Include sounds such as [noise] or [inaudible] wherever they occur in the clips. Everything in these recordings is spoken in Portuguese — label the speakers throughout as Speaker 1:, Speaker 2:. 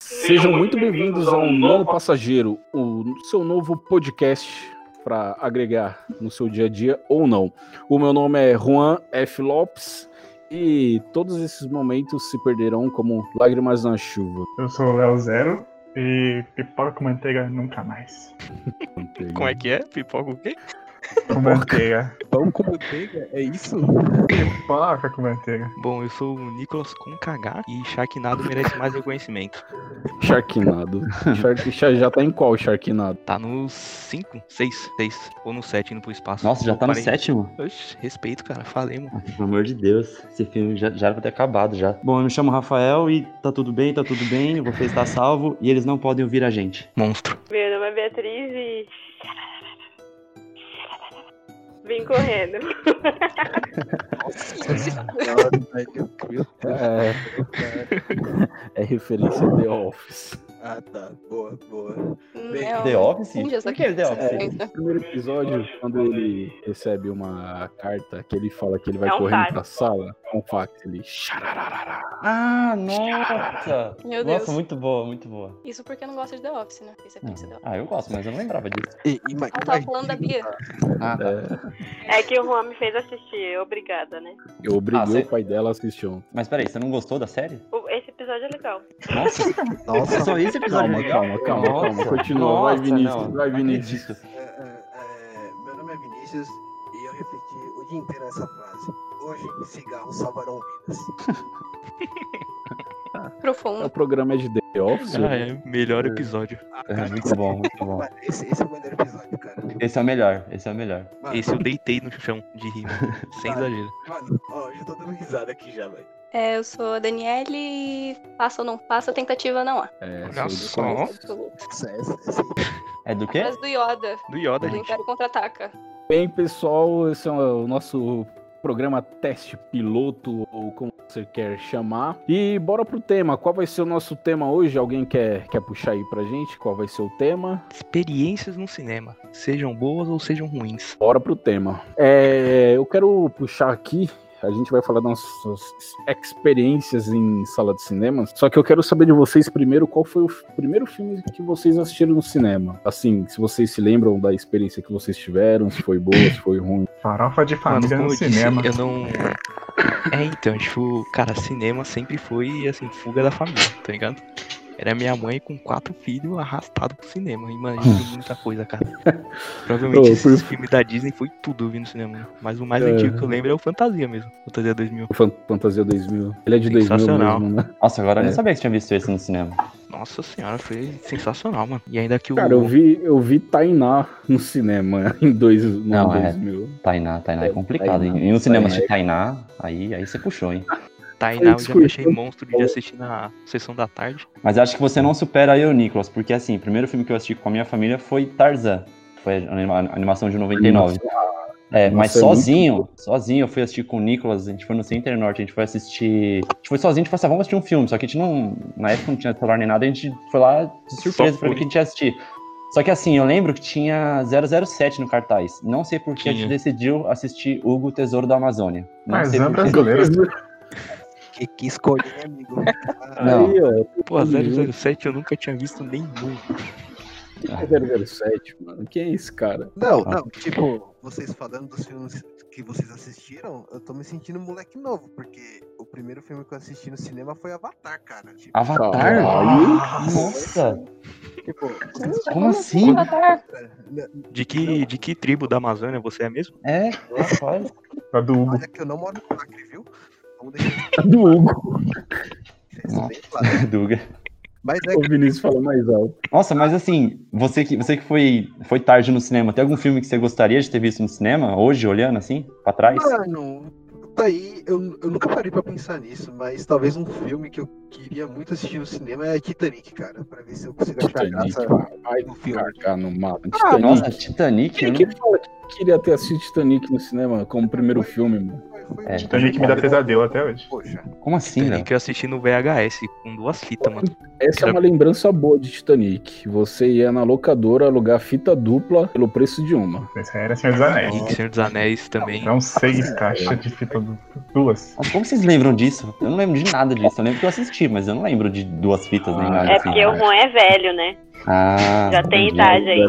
Speaker 1: Sejam muito bem-vindos ao Nono Passageiro, o seu novo podcast para agregar no seu dia a dia ou não. O meu nome é Juan F. Lopes e todos esses momentos se perderão como lágrimas na chuva.
Speaker 2: Eu sou o Léo Zero e pipoca com manteiga nunca [laughs] mais.
Speaker 3: Como é que é? Pipoca o quê?
Speaker 2: Com manteiga.
Speaker 4: Pão com manteiga? É isso?
Speaker 2: Pipoca com manteiga.
Speaker 3: Bom, eu sou o Nicolas com KH e Sharknado merece mais um reconhecimento.
Speaker 1: Sharknado. Shark, Shark- já tá em qual Sharknado?
Speaker 3: Tá no 5, 6, 6 ou no 7 indo pro espaço.
Speaker 5: Nossa, já
Speaker 3: Eu
Speaker 5: tá no
Speaker 3: parei-
Speaker 5: sétimo?
Speaker 3: Oxe, respeito, cara. Falei, mano.
Speaker 5: Pelo amor de Deus, esse filme já, já era pra ter acabado já. Bom, eu me chamo Rafael e tá tudo bem, tá tudo bem, você está salvo e eles não podem ouvir a gente.
Speaker 3: Monstro.
Speaker 6: Meu nome é Beatriz e. Vim correndo.
Speaker 1: É, é referência The Office.
Speaker 4: Ah, tá. Boa, boa. Bem,
Speaker 6: Não.
Speaker 5: The Office?
Speaker 6: Sim,
Speaker 7: Um
Speaker 5: Por que é The Office?
Speaker 1: No primeiro episódio, quando ele recebe uma carta que ele fala que ele vai
Speaker 6: É um
Speaker 1: correndo
Speaker 6: fax.
Speaker 1: pra sala, é um fax, ele... "Xarararara".
Speaker 5: Ah, nossa!
Speaker 7: Meu
Speaker 5: nossa,
Speaker 7: Deus.
Speaker 5: muito boa, muito boa.
Speaker 7: Isso porque não gosta de The Office, né? Isso é porque você The Office.
Speaker 5: Ah, eu gosto, mas eu não lembrava disso.
Speaker 4: E, e, ma-
Speaker 7: Ela tava falando da Bia.
Speaker 5: Ah, tá.
Speaker 6: É que o Juan me fez assistir, obrigada, né?
Speaker 1: Eu obriguei
Speaker 5: Ah, você-
Speaker 1: o pai dela a assistir um." ontem.
Speaker 5: Mas peraí, você não gostou da série?
Speaker 6: O- Esse episódio é legal.
Speaker 5: Nossa,
Speaker 4: Nossa,
Speaker 5: É só esse episódio
Speaker 1: Calma,
Speaker 5: legal?
Speaker 1: calma, calma,
Speaker 5: Nossa,
Speaker 1: calma. Continua, vai,
Speaker 5: nossa,
Speaker 1: Vinícius,
Speaker 5: não,
Speaker 1: vai,
Speaker 5: não
Speaker 1: Vinícius.
Speaker 5: acredito.
Speaker 4: é, é, é, meu nome é Vinícius e eu repeti o dia inteiro essa frase. Hoje, cigarros salvarão vidas.
Speaker 1: O
Speaker 7: Profundo.
Speaker 1: programa é de The Office?
Speaker 3: Ah, é. Melhor episódio.
Speaker 5: É, muito bom, muito bom.
Speaker 4: Mano, esse, esse é o melhor episódio, cara.
Speaker 5: Esse é o melhor, esse é o melhor.
Speaker 4: Mano,
Speaker 3: Esse eu deitei no chão de rima.
Speaker 5: [laughs]
Speaker 3: Sem
Speaker 4: Ah.
Speaker 3: exagero.
Speaker 4: mano, ó, eu já tô dando risada aqui já, velho.
Speaker 7: É, eu sou a Daniele e passa ou não passa, tentativa não há.
Speaker 1: É,
Speaker 3: Olha
Speaker 1: sou do-
Speaker 3: só.
Speaker 4: Nossa, essa, essa,
Speaker 5: É do Tá quê?
Speaker 7: Mas do Yoda,
Speaker 3: Do Yoda,
Speaker 7: do
Speaker 3: gente.
Speaker 7: Império Contra-Ataca.
Speaker 1: Bem, pessoal, esse é o nosso programa teste piloto, ou como você quer chamar. E bora pro tema. Qual vai ser o nosso tema hoje? Alguém quer, quer puxar aí pra gente? Qual vai ser o tema?
Speaker 3: Experiências no cinema. Sejam boas ou sejam ruins.
Speaker 1: Bora pro tema. É, eu quero puxar aqui. A gente vai falar das nossas experiências em sala de cinema. Só que eu quero saber de vocês primeiro qual foi o f- primeiro filme que vocês assistiram no cinema. Assim, se vocês se lembram da experiência que vocês tiveram, se foi boa, se foi ruim.
Speaker 2: Farofa de família
Speaker 3: como
Speaker 2: no
Speaker 3: eu disse,
Speaker 2: é um cinema.
Speaker 3: Eu não. É, então, tipo, cara, cinema sempre foi, assim, fuga da família, tá ligado? Era minha mãe com quatro filhos arrastado pro
Speaker 1: [laughs]
Speaker 3: cinema. Imagina muita coisa, cara. Provavelmente
Speaker 1: Ô,
Speaker 3: esses filmes da Disney foi tudo eu vi no cinema. Mas o mais
Speaker 1: É.
Speaker 3: antigo que eu lembro é o Fantasia mesmo. Fantasia 2000.
Speaker 1: Fan- Fantasia 2000. Ele é de 2000
Speaker 3: Sensacional.
Speaker 1: mesmo, né?
Speaker 5: Nossa, agora eu
Speaker 1: É.
Speaker 5: não sabia que você tinha visto esse no cinema.
Speaker 3: Nossa senhora, foi sensacional, mano. E ainda que o.
Speaker 1: Cara, eu vi, eu vi Tainá no cinema [laughs] em dois, no
Speaker 5: Não, é.
Speaker 1: 2000.
Speaker 5: Tainá, Tainá
Speaker 1: É,
Speaker 5: é complicado,
Speaker 1: Tainá,
Speaker 5: hein? E no cinema
Speaker 1: Tainá. é
Speaker 5: de Tainá, aí, aí você puxou, hein?
Speaker 3: Tainá, eu já
Speaker 1: Desculpa.
Speaker 3: me achei monstro
Speaker 1: um
Speaker 3: de assistir na sessão da tarde.
Speaker 5: Mas eu acho que você não supera eu, Nicolas, porque assim, o primeiro filme que eu assisti com a minha família foi Tarzan. Foi a anima- a animação de 99. É,
Speaker 1: Nossa, é
Speaker 5: mas
Speaker 1: muito
Speaker 5: sozinho, sozinho eu fui assistir com o Nicolas, a gente foi no Center Norte, a gente foi assistir. A gente foi sozinho, a gente falou assim, "Ah, vamos assistir um filme, só que a gente não. Na época não tinha celular nem nada, a gente foi lá de surpresa
Speaker 3: foi.
Speaker 5: pra ver o que a gente ia assistir. Só que assim, eu lembro que tinha 007 no cartaz. Não sei por que a gente
Speaker 3: Tinha.
Speaker 5: decidiu assistir Hugo Tesouro da Amazônia. Não sei
Speaker 2: Tarzan
Speaker 5: por quê. [laughs]
Speaker 2: brasileiro.
Speaker 4: que, que escolha, hein, amigo? Ah,
Speaker 5: Não.
Speaker 1: Aí, ó,
Speaker 3: Pô, 007 eu nunca tinha visto nenhum.
Speaker 1: é 007, mano. Quem é esse cara? [laughs]
Speaker 4: Não, não, tipo, vocês falando dos filmes que vocês assistiram, eu tô me sentindo um moleque novo, porque o primeiro filme que eu assisti no cinema foi Avatar, cara. Tipo,
Speaker 5: Avatar?
Speaker 1: Caralho.
Speaker 5: Ah, Nossa!
Speaker 4: tipo,
Speaker 5: Como assim?
Speaker 7: Avatar?
Speaker 3: De que, de que tribo da Amazônia você é mesmo?
Speaker 5: É, rapaz.
Speaker 2: Lá do Hugo.
Speaker 4: olha é que eu não moro no Acre, viu? Vamos deixar
Speaker 1: Do Hugo.
Speaker 4: isso bem
Speaker 5: [laughs]
Speaker 4: claro.
Speaker 5: Duga.
Speaker 4: Mas é
Speaker 1: O Vinícius fala mais alto.
Speaker 5: Nossa, mas assim, você que, você que foi, foi tarde no cinema, tem algum filme que você gostaria de ter visto no cinema, hoje, olhando assim, pra trás?
Speaker 4: Mano, tá aí, eu, eu nunca parei pra pensar nisso, mas talvez um filme que eu queria muito assistir no cinema é Titanic, cara, pra ver se eu consigo achar
Speaker 1: Titanic,
Speaker 4: graça
Speaker 1: vai
Speaker 4: no filme.
Speaker 1: cagar no mato.
Speaker 5: Ah,
Speaker 1: Titanic.
Speaker 5: nossa, Titanic. né?
Speaker 1: Quem
Speaker 5: eu
Speaker 1: que fala que queria ter assistido Titanic no cinema como primeiro filme, mano?
Speaker 4: Foi foi. foi
Speaker 5: É,
Speaker 4: um-
Speaker 2: Titanic me dá pesadelo até hoje.
Speaker 4: Poxa.
Speaker 5: Como assim,
Speaker 3: Titanic
Speaker 5: velho?
Speaker 3: que eu assisti no VHS com duas fitas, mano.
Speaker 1: Essa é uma lembrança boa de Titanic. Você ia na locadora alugar fita dupla pelo preço de uma.
Speaker 2: Essa é, era Senhor dos Anéis.
Speaker 3: E Senhor dos Anéis também.
Speaker 2: Não seis caixas de fita du- duas.
Speaker 5: Nossa, como vocês lembram disso? Eu não lembro de nada disso. Eu lembro que eu assisti, mas eu não lembro de duas fitas nem
Speaker 1: Ah,
Speaker 5: nada.
Speaker 6: É
Speaker 5: assim.
Speaker 6: porque o Juan é velho, né?
Speaker 5: Ah,
Speaker 6: Já tem
Speaker 5: entendi.
Speaker 6: idade aí.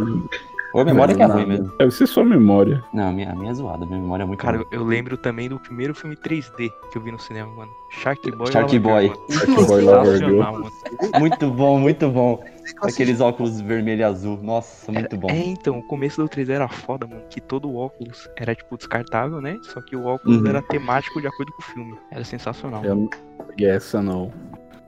Speaker 5: Ou a memória que é ruim
Speaker 1: Nada.
Speaker 5: mesmo.
Speaker 1: Deve ser sua memória.
Speaker 5: Não, a minha, a minha é zoada. Minha memória é muito
Speaker 3: Cara,
Speaker 5: ruim.
Speaker 3: eu- eu lembro também do primeiro filme 3D que eu vi no cinema, mano. Shark Boy.
Speaker 5: Shark
Speaker 3: Lava
Speaker 5: Boy.
Speaker 3: Girl, mano.
Speaker 1: Shark Boy Lava Girl.
Speaker 3: Sensacional, mano.
Speaker 5: Muito bom, muito [laughs] bom.
Speaker 4: Sei que eu assisti
Speaker 5: Aqueles óculos vermelho e azul. Nossa, muito bom.
Speaker 3: É, então, o começo do 3D era foda, mano. Que todo o óculos era, tipo, descartável, né? Só que o óculos
Speaker 5: Uhum.
Speaker 3: era temático de acordo com o filme. Era sensacional.
Speaker 1: Eu não peguei essa, não.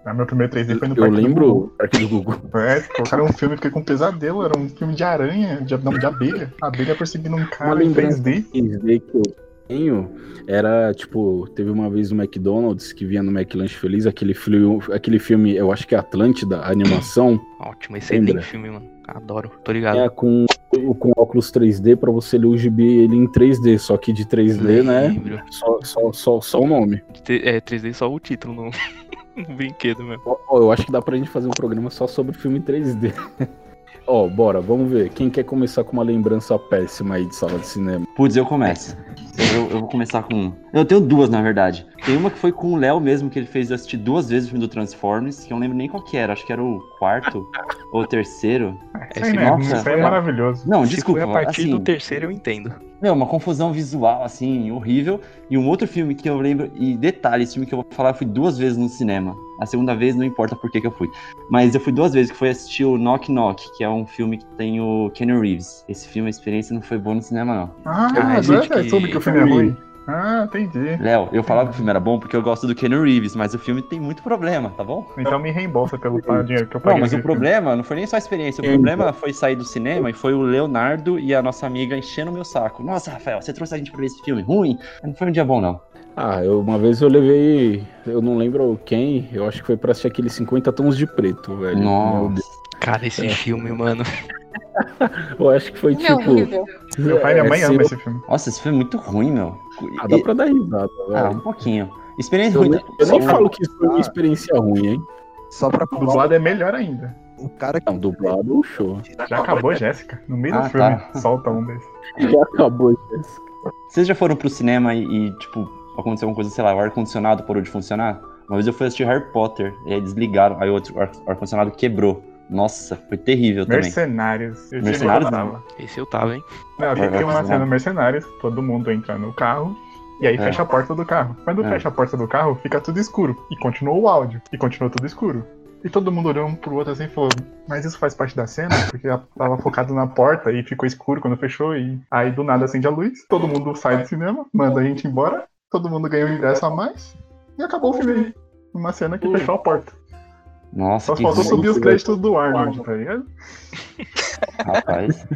Speaker 2: Ah, meu primeiro 3D foi no
Speaker 1: Eu
Speaker 2: Parque do Gugu.
Speaker 1: lembro. Parque do [laughs] Gugu.
Speaker 2: É, colocaram um filme, fiquei com um pesadelo. Era um filme de aranha, de, não, de abelha. A abelha perseguindo um cara em
Speaker 1: lembrança.
Speaker 2: 3D.
Speaker 1: 3D que eu tenho era, tipo, teve uma vez no McDonald's que vinha no McLanche Feliz aquele filme, aquele filme, eu acho que é Atlântida, a animação,
Speaker 3: Ótimo, excelente
Speaker 1: Lembra?
Speaker 3: filme, mano. Adoro, tô ligado.
Speaker 1: é com, com óculos 3D pra você ler o gibi ele em 3D, só que de 3D, né?
Speaker 3: Lembro.
Speaker 1: Só, só, só, só o nome.
Speaker 3: T- É, 3D só o título, não. [laughs] Um brinquedo mesmo.
Speaker 1: Ó, ó, eu acho que dá pra gente fazer um programa só sobre filme 3D. [laughs] Ó, bora, vamos ver. Quem quer começar com uma lembrança péssima aí de sala de cinema?
Speaker 5: Putz, eu começo. Eu, eu vou começar com. um. Eu tenho duas, na verdade. Tem uma que foi com o Léo mesmo, que ele fez eu assistir duas vezes o filme do Transformers, que eu não lembro nem qual que era, acho que era o quarto [laughs] ou o terceiro.
Speaker 2: Isso aí,
Speaker 3: Esse-
Speaker 2: né?
Speaker 5: nossa,
Speaker 2: Isso aí é
Speaker 5: é.
Speaker 2: maravilhoso.
Speaker 5: Não,
Speaker 3: se
Speaker 5: desculpa.
Speaker 3: foi a partir
Speaker 5: assim,
Speaker 3: do terceiro, eu entendo.
Speaker 5: Meu, uma confusão visual, assim, horrível. E um outro filme que eu lembro, e detalhe, esse filme que eu vou falar, eu fui duas vezes no cinema. A segunda vez não importa por que que eu fui. Mas eu fui duas vezes, que foi assistir o Knock Knock, que é um filme que tem o Keanu Reeves. Esse filme, a experiência não foi boa no cinema, não.
Speaker 2: Ah,
Speaker 3: Ah,
Speaker 2: agora
Speaker 3: gente,
Speaker 2: que... eu soube que o filme é ruim. Ah, entendi.
Speaker 5: Léo, eu falava que o filme era bom porque eu gosto do Keanu Reeves, mas o filme tem muito problema, tá bom?
Speaker 2: Então me reembolsa pelo pa- dinheiro que eu paguei.
Speaker 5: Não, mas o
Speaker 2: nesse
Speaker 5: problema não foi nem só a experiência, o
Speaker 1: Sim.
Speaker 5: problema foi sair do cinema e foi o Leonardo e a nossa amiga enchendo o meu saco. Nossa, Rafael, você trouxe a gente pra ver esse filme ruim? Não foi um dia bom, não.
Speaker 1: Ah, eu, uma vez eu levei, eu não lembro quem, eu acho que foi pra assistir aquele 50 tons de preto, velho. Meu
Speaker 5: Nossa.
Speaker 3: Cara, esse
Speaker 1: É.
Speaker 3: filme, mano.
Speaker 1: Deus. Eu acho que foi
Speaker 7: Meu,
Speaker 1: tipo.
Speaker 7: horrível.
Speaker 2: filme. Meu pai e minha mãe
Speaker 1: é,
Speaker 2: amam
Speaker 1: sei-
Speaker 2: esse filme.
Speaker 5: Nossa, esse filme é muito ruim, meu.
Speaker 1: Ah, dá
Speaker 5: E-
Speaker 1: pra dar risada,
Speaker 5: Ah,
Speaker 1: velho.
Speaker 5: um pouquinho. Experiência
Speaker 1: eu,
Speaker 5: ruim. né?
Speaker 1: nem, eu nem
Speaker 5: Só-
Speaker 1: falo que isso foi uma experiência ruim, hein?
Speaker 4: Só pra
Speaker 2: O
Speaker 4: provar
Speaker 2: dublado é melhor ainda.
Speaker 4: o cara que.
Speaker 1: Não, dublado, show.
Speaker 2: Já acabou, Jéssica. No meio
Speaker 5: Ah,
Speaker 2: do filme,
Speaker 5: tá.
Speaker 2: solta um desse.
Speaker 1: [laughs] Já acabou
Speaker 2: Tá
Speaker 1: isso.
Speaker 5: Vocês já foram pro cinema e, e, tipo, aconteceu alguma coisa, sei lá, o ar-condicionado parou de funcionar? Uma vez eu fui assistir Harry Potter, e aí desligaram, aí o outro ar- ar-condicionado quebrou. Nossa, foi terrível também.
Speaker 2: Mercenários. Eu
Speaker 5: Mercenários,
Speaker 2: tava.
Speaker 3: Esse eu tava, hein?
Speaker 2: Não,
Speaker 5: Vai, vai
Speaker 2: tem uma
Speaker 5: fazer
Speaker 2: cena
Speaker 5: uma-
Speaker 2: no Mercenários, todo mundo entra no carro, e aí
Speaker 5: É.
Speaker 2: fecha a porta do carro. Quando
Speaker 5: É.
Speaker 2: fecha a porta do carro, fica tudo escuro. E continua o áudio, e continua tudo escuro. E todo mundo olhou um pro outro assim e falou, mas isso faz parte da cena? Porque ela tava focado na porta e ficou escuro quando fechou, e aí do nada acende a luz, todo mundo sai do cinema, manda a gente embora, todo mundo ganha um ingresso a mais, e acabou o filme aí. Uma cena que fechou a porta.
Speaker 5: Nossa,
Speaker 2: Só
Speaker 5: que
Speaker 2: faltou
Speaker 5: ruim,
Speaker 2: subir os créditos do Arnold, tá ligado?
Speaker 7: [laughs]
Speaker 5: rapaz.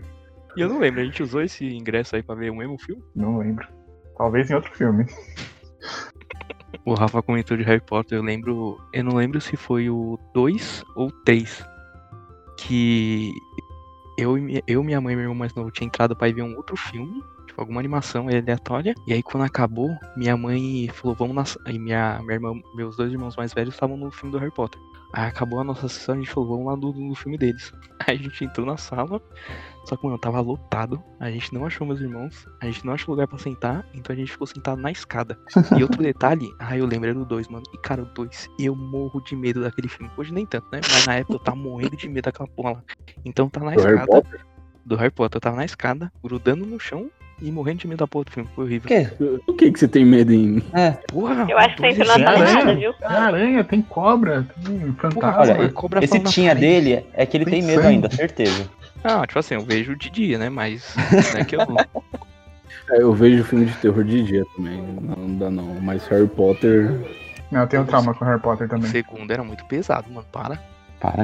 Speaker 3: E eu não lembro, a gente usou esse ingresso aí pra ver o mesmo filme?
Speaker 2: Não lembro. Talvez em outro filme.
Speaker 3: O Rafa comentou de Harry Potter, eu lembro. Eu não lembro se foi o 2 ou 3. Que eu, e mi- eu, minha mãe e meu irmão mais novo tinha entrado pra ir ver um outro filme. Tipo, alguma animação aleatória. E aí quando acabou, minha mãe falou, vamos na. sa-" E minha, minha irmã, meus dois irmãos mais velhos estavam no filme do Harry Potter. Aí acabou a nossa sessão, a gente falou, vamos lá do, do filme deles. [laughs] Aí a gente entrou na sala, só que, mano, tava lotado, a gente não achou meus irmãos, a gente não achou lugar pra sentar, então a gente ficou sentado na escada.
Speaker 1: [laughs]
Speaker 3: E outro detalhe, ah, eu lembro, era do 2, mano. E, cara, o 2, eu morro de medo daquele filme. Hoje nem tanto, né? Mas na época eu tava morrendo de medo daquela porra lá. Então tá na
Speaker 1: Do Harry
Speaker 3: escada
Speaker 1: Potter?
Speaker 3: do Harry Potter, eu tava na escada, grudando no chão e morrendo de medo da porra do filme. Foi horrível.
Speaker 5: Que?
Speaker 1: O que, que você tem medo em.
Speaker 5: É.
Speaker 3: Porra!
Speaker 6: Eu acho que tá
Speaker 3: dois
Speaker 6: entrando na
Speaker 3: é
Speaker 6: sala
Speaker 3: zero.
Speaker 2: Caralho.
Speaker 5: né?
Speaker 6: errada, viu?
Speaker 2: Tem aranha, tem cobra, tem
Speaker 3: Porra,
Speaker 2: fantasma.
Speaker 5: Olha,
Speaker 3: mano, cobra
Speaker 5: Esse
Speaker 3: falando na
Speaker 5: tinha
Speaker 3: frente.
Speaker 5: dele é que ele tem medo ainda, certeza.
Speaker 3: Ah, tipo assim, eu vejo de dia, né? Mas não é que eu.
Speaker 1: É, eu vejo filme de terror de dia também. Não, não dá não. Mas Harry Potter.
Speaker 2: Não, eu tenho trauma com Harry Potter
Speaker 3: O
Speaker 2: também.
Speaker 3: segundo era muito pesado, mano. Para.
Speaker 5: Para,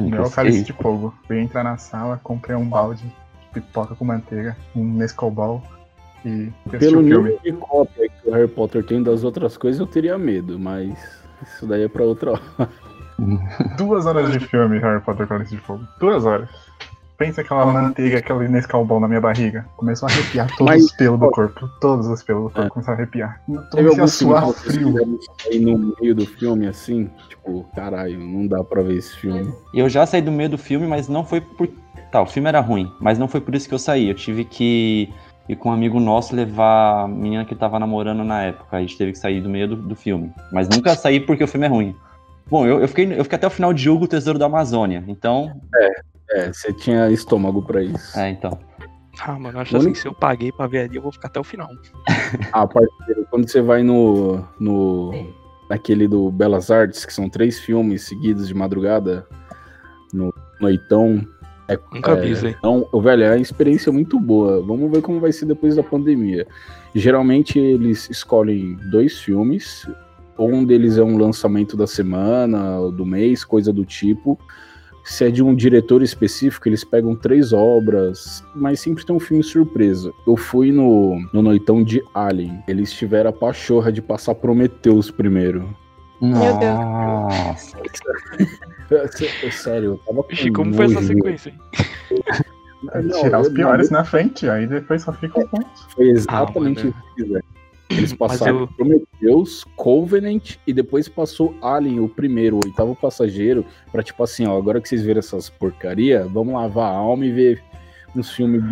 Speaker 2: Meu é o
Speaker 5: Nicolas.
Speaker 2: cálice
Speaker 5: Ei,
Speaker 2: de fogo. Eu ia entrar na sala, comprei um balde de pipoca com manteiga, um Nescau Ball e assisti
Speaker 1: Pelo
Speaker 2: o filme.
Speaker 1: nível de cópia que o Harry Potter tem das outras coisas, eu teria medo, mas isso daí é pra outra hora.
Speaker 2: Duas horas de filme, Harry Potter Cálice de Fogo. Duas horas. Pensa aquela manteiga, aquele Nescaubol na minha barriga. Começou a arrepiar todos
Speaker 1: Mas-
Speaker 2: os pelos do corpo. Todos os pelos do corpo começaram a arrepiar. Eu comecei a suar
Speaker 1: vocês
Speaker 2: frio.
Speaker 1: quiserem sair no meio do filme assim? Tipo, caralho, não dá pra ver esse filme.
Speaker 5: Eu já saí do meio do filme, mas não foi por. Tá, o filme era ruim, mas não foi por isso que eu saí. Eu tive que ir com um amigo nosso levar a menina que tava namorando na época. A gente teve que sair do meio do, do filme. Mas nunca saí porque o filme é ruim. Bom, eu, eu fiquei, eu fiquei até o final de Hugo, o Tesouro da Amazônia. Então.
Speaker 1: É, você tinha estômago pra isso.
Speaker 5: É, então.
Speaker 3: Ah, mano, acho assim, se eu paguei pra ver ali, eu vou ficar até o final.
Speaker 1: Ah, parceiro, quando você vai no. no naquele do Belas Artes, que são três filmes seguidos de madrugada, no Noitão. É,
Speaker 3: Nunca vi isso aí.
Speaker 1: Então, ô, velho, é uma experiência muito boa. Vamos ver como vai ser depois da pandemia. Geralmente eles escolhem dois filmes. ou Um deles é um lançamento da semana, ou do mês, coisa do tipo. Se é de um diretor específico, eles pegam três obras, mas sempre tem um filme surpresa. Eu fui no, no Noitão de Alien. Eles tiveram a pachorra de passar Prometheus
Speaker 3: [laughs]
Speaker 1: primeiro.
Speaker 7: Meu Deus.
Speaker 5: Nossa.
Speaker 1: É Sério, eu tava com
Speaker 3: Vixe, como foi essa
Speaker 1: nojo.
Speaker 3: sequência, hein?
Speaker 1: Não,
Speaker 2: tirar os
Speaker 1: eu-
Speaker 2: piores na frente, aí depois só fica um ponto.
Speaker 1: Foi exatamente
Speaker 3: Ah, mano.
Speaker 1: o que fizeram. Eles
Speaker 3: [clears throat] Mas
Speaker 1: passaram
Speaker 3: eu-
Speaker 1: Prometheus, Covenant e depois passou Alien, o primeiro, o oitavo passageiro, pra tipo assim, ó, agora que vocês viram essas porcaria, vamos lavar a alma e ver uns filmes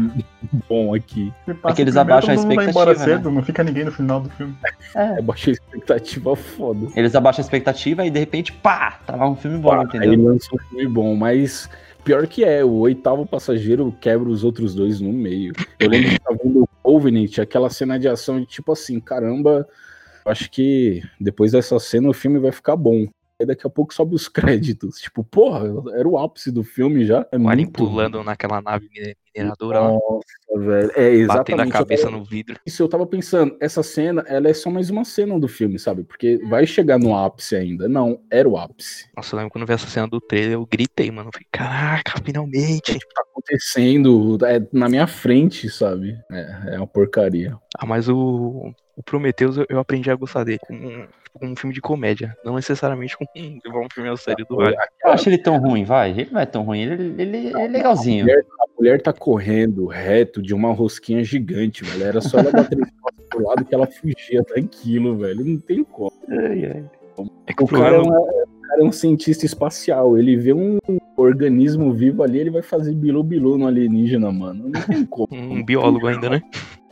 Speaker 1: bom aqui.
Speaker 2: Você passa
Speaker 5: É que eles
Speaker 2: primeiro,
Speaker 5: abaixam a
Speaker 2: todo mundo vai
Speaker 5: expectativa,
Speaker 2: embora cedo, não fica ninguém no final do filme.
Speaker 1: É, baixei a expectativa foda.
Speaker 5: Eles abaixam a expectativa e de repente, pá! Tava um filme bom, entendeu?
Speaker 1: Aí lança um filme bom, mas pior que é, o oitavo passageiro quebra os outros dois no meio. Eu lembro de estar vendo o Covenant, aquela cena de ação de tipo assim, caramba, eu acho que depois dessa cena o filme vai ficar bom. Aí daqui a pouco sobe os [laughs] créditos. Tipo, porra, era o ápice do filme já. É
Speaker 3: O Alien
Speaker 1: muito...
Speaker 3: pulando naquela nave mine- mineradora lá,
Speaker 1: Nossa, velho. É, exatamente.
Speaker 3: batendo a cabeça
Speaker 1: eu tava...
Speaker 3: no vidro.
Speaker 1: Isso eu tava pensando, essa cena, ela é só mais uma cena do filme, sabe? Porque vai chegar no ápice ainda. Não, era o ápice.
Speaker 3: Nossa, eu lembro quando eu vi essa cena do trailer, eu gritei, mano. Eu falei, caraca, finalmente.
Speaker 1: tá acontecendo é, na minha frente, sabe? É, é uma porcaria.
Speaker 3: Ah, mas o, o Prometheus eu, eu aprendi a gostar dele. Com, tipo, com um filme de comédia. Não necessariamente com um, levar um filme ao sério do Alien.
Speaker 5: Eu acho ele tão ruim, vai. Ele não é tão ruim, ele, ele é legalzinho.
Speaker 1: A mulher tá correndo reto de uma rosquinha gigante, velho. Era só ela bater as costas pro lado que ela fugia daquilo, velho. Não tem como.
Speaker 5: Ai, ai.
Speaker 3: É que
Speaker 1: O
Speaker 3: o
Speaker 1: cara, é
Speaker 3: problema
Speaker 1: um, o cara é um cientista espacial. Ele vê um organismo vivo ali, ele vai fazer bilu-bilu no alienígena, mano. Não tem como.
Speaker 3: é um biólogo ainda, né?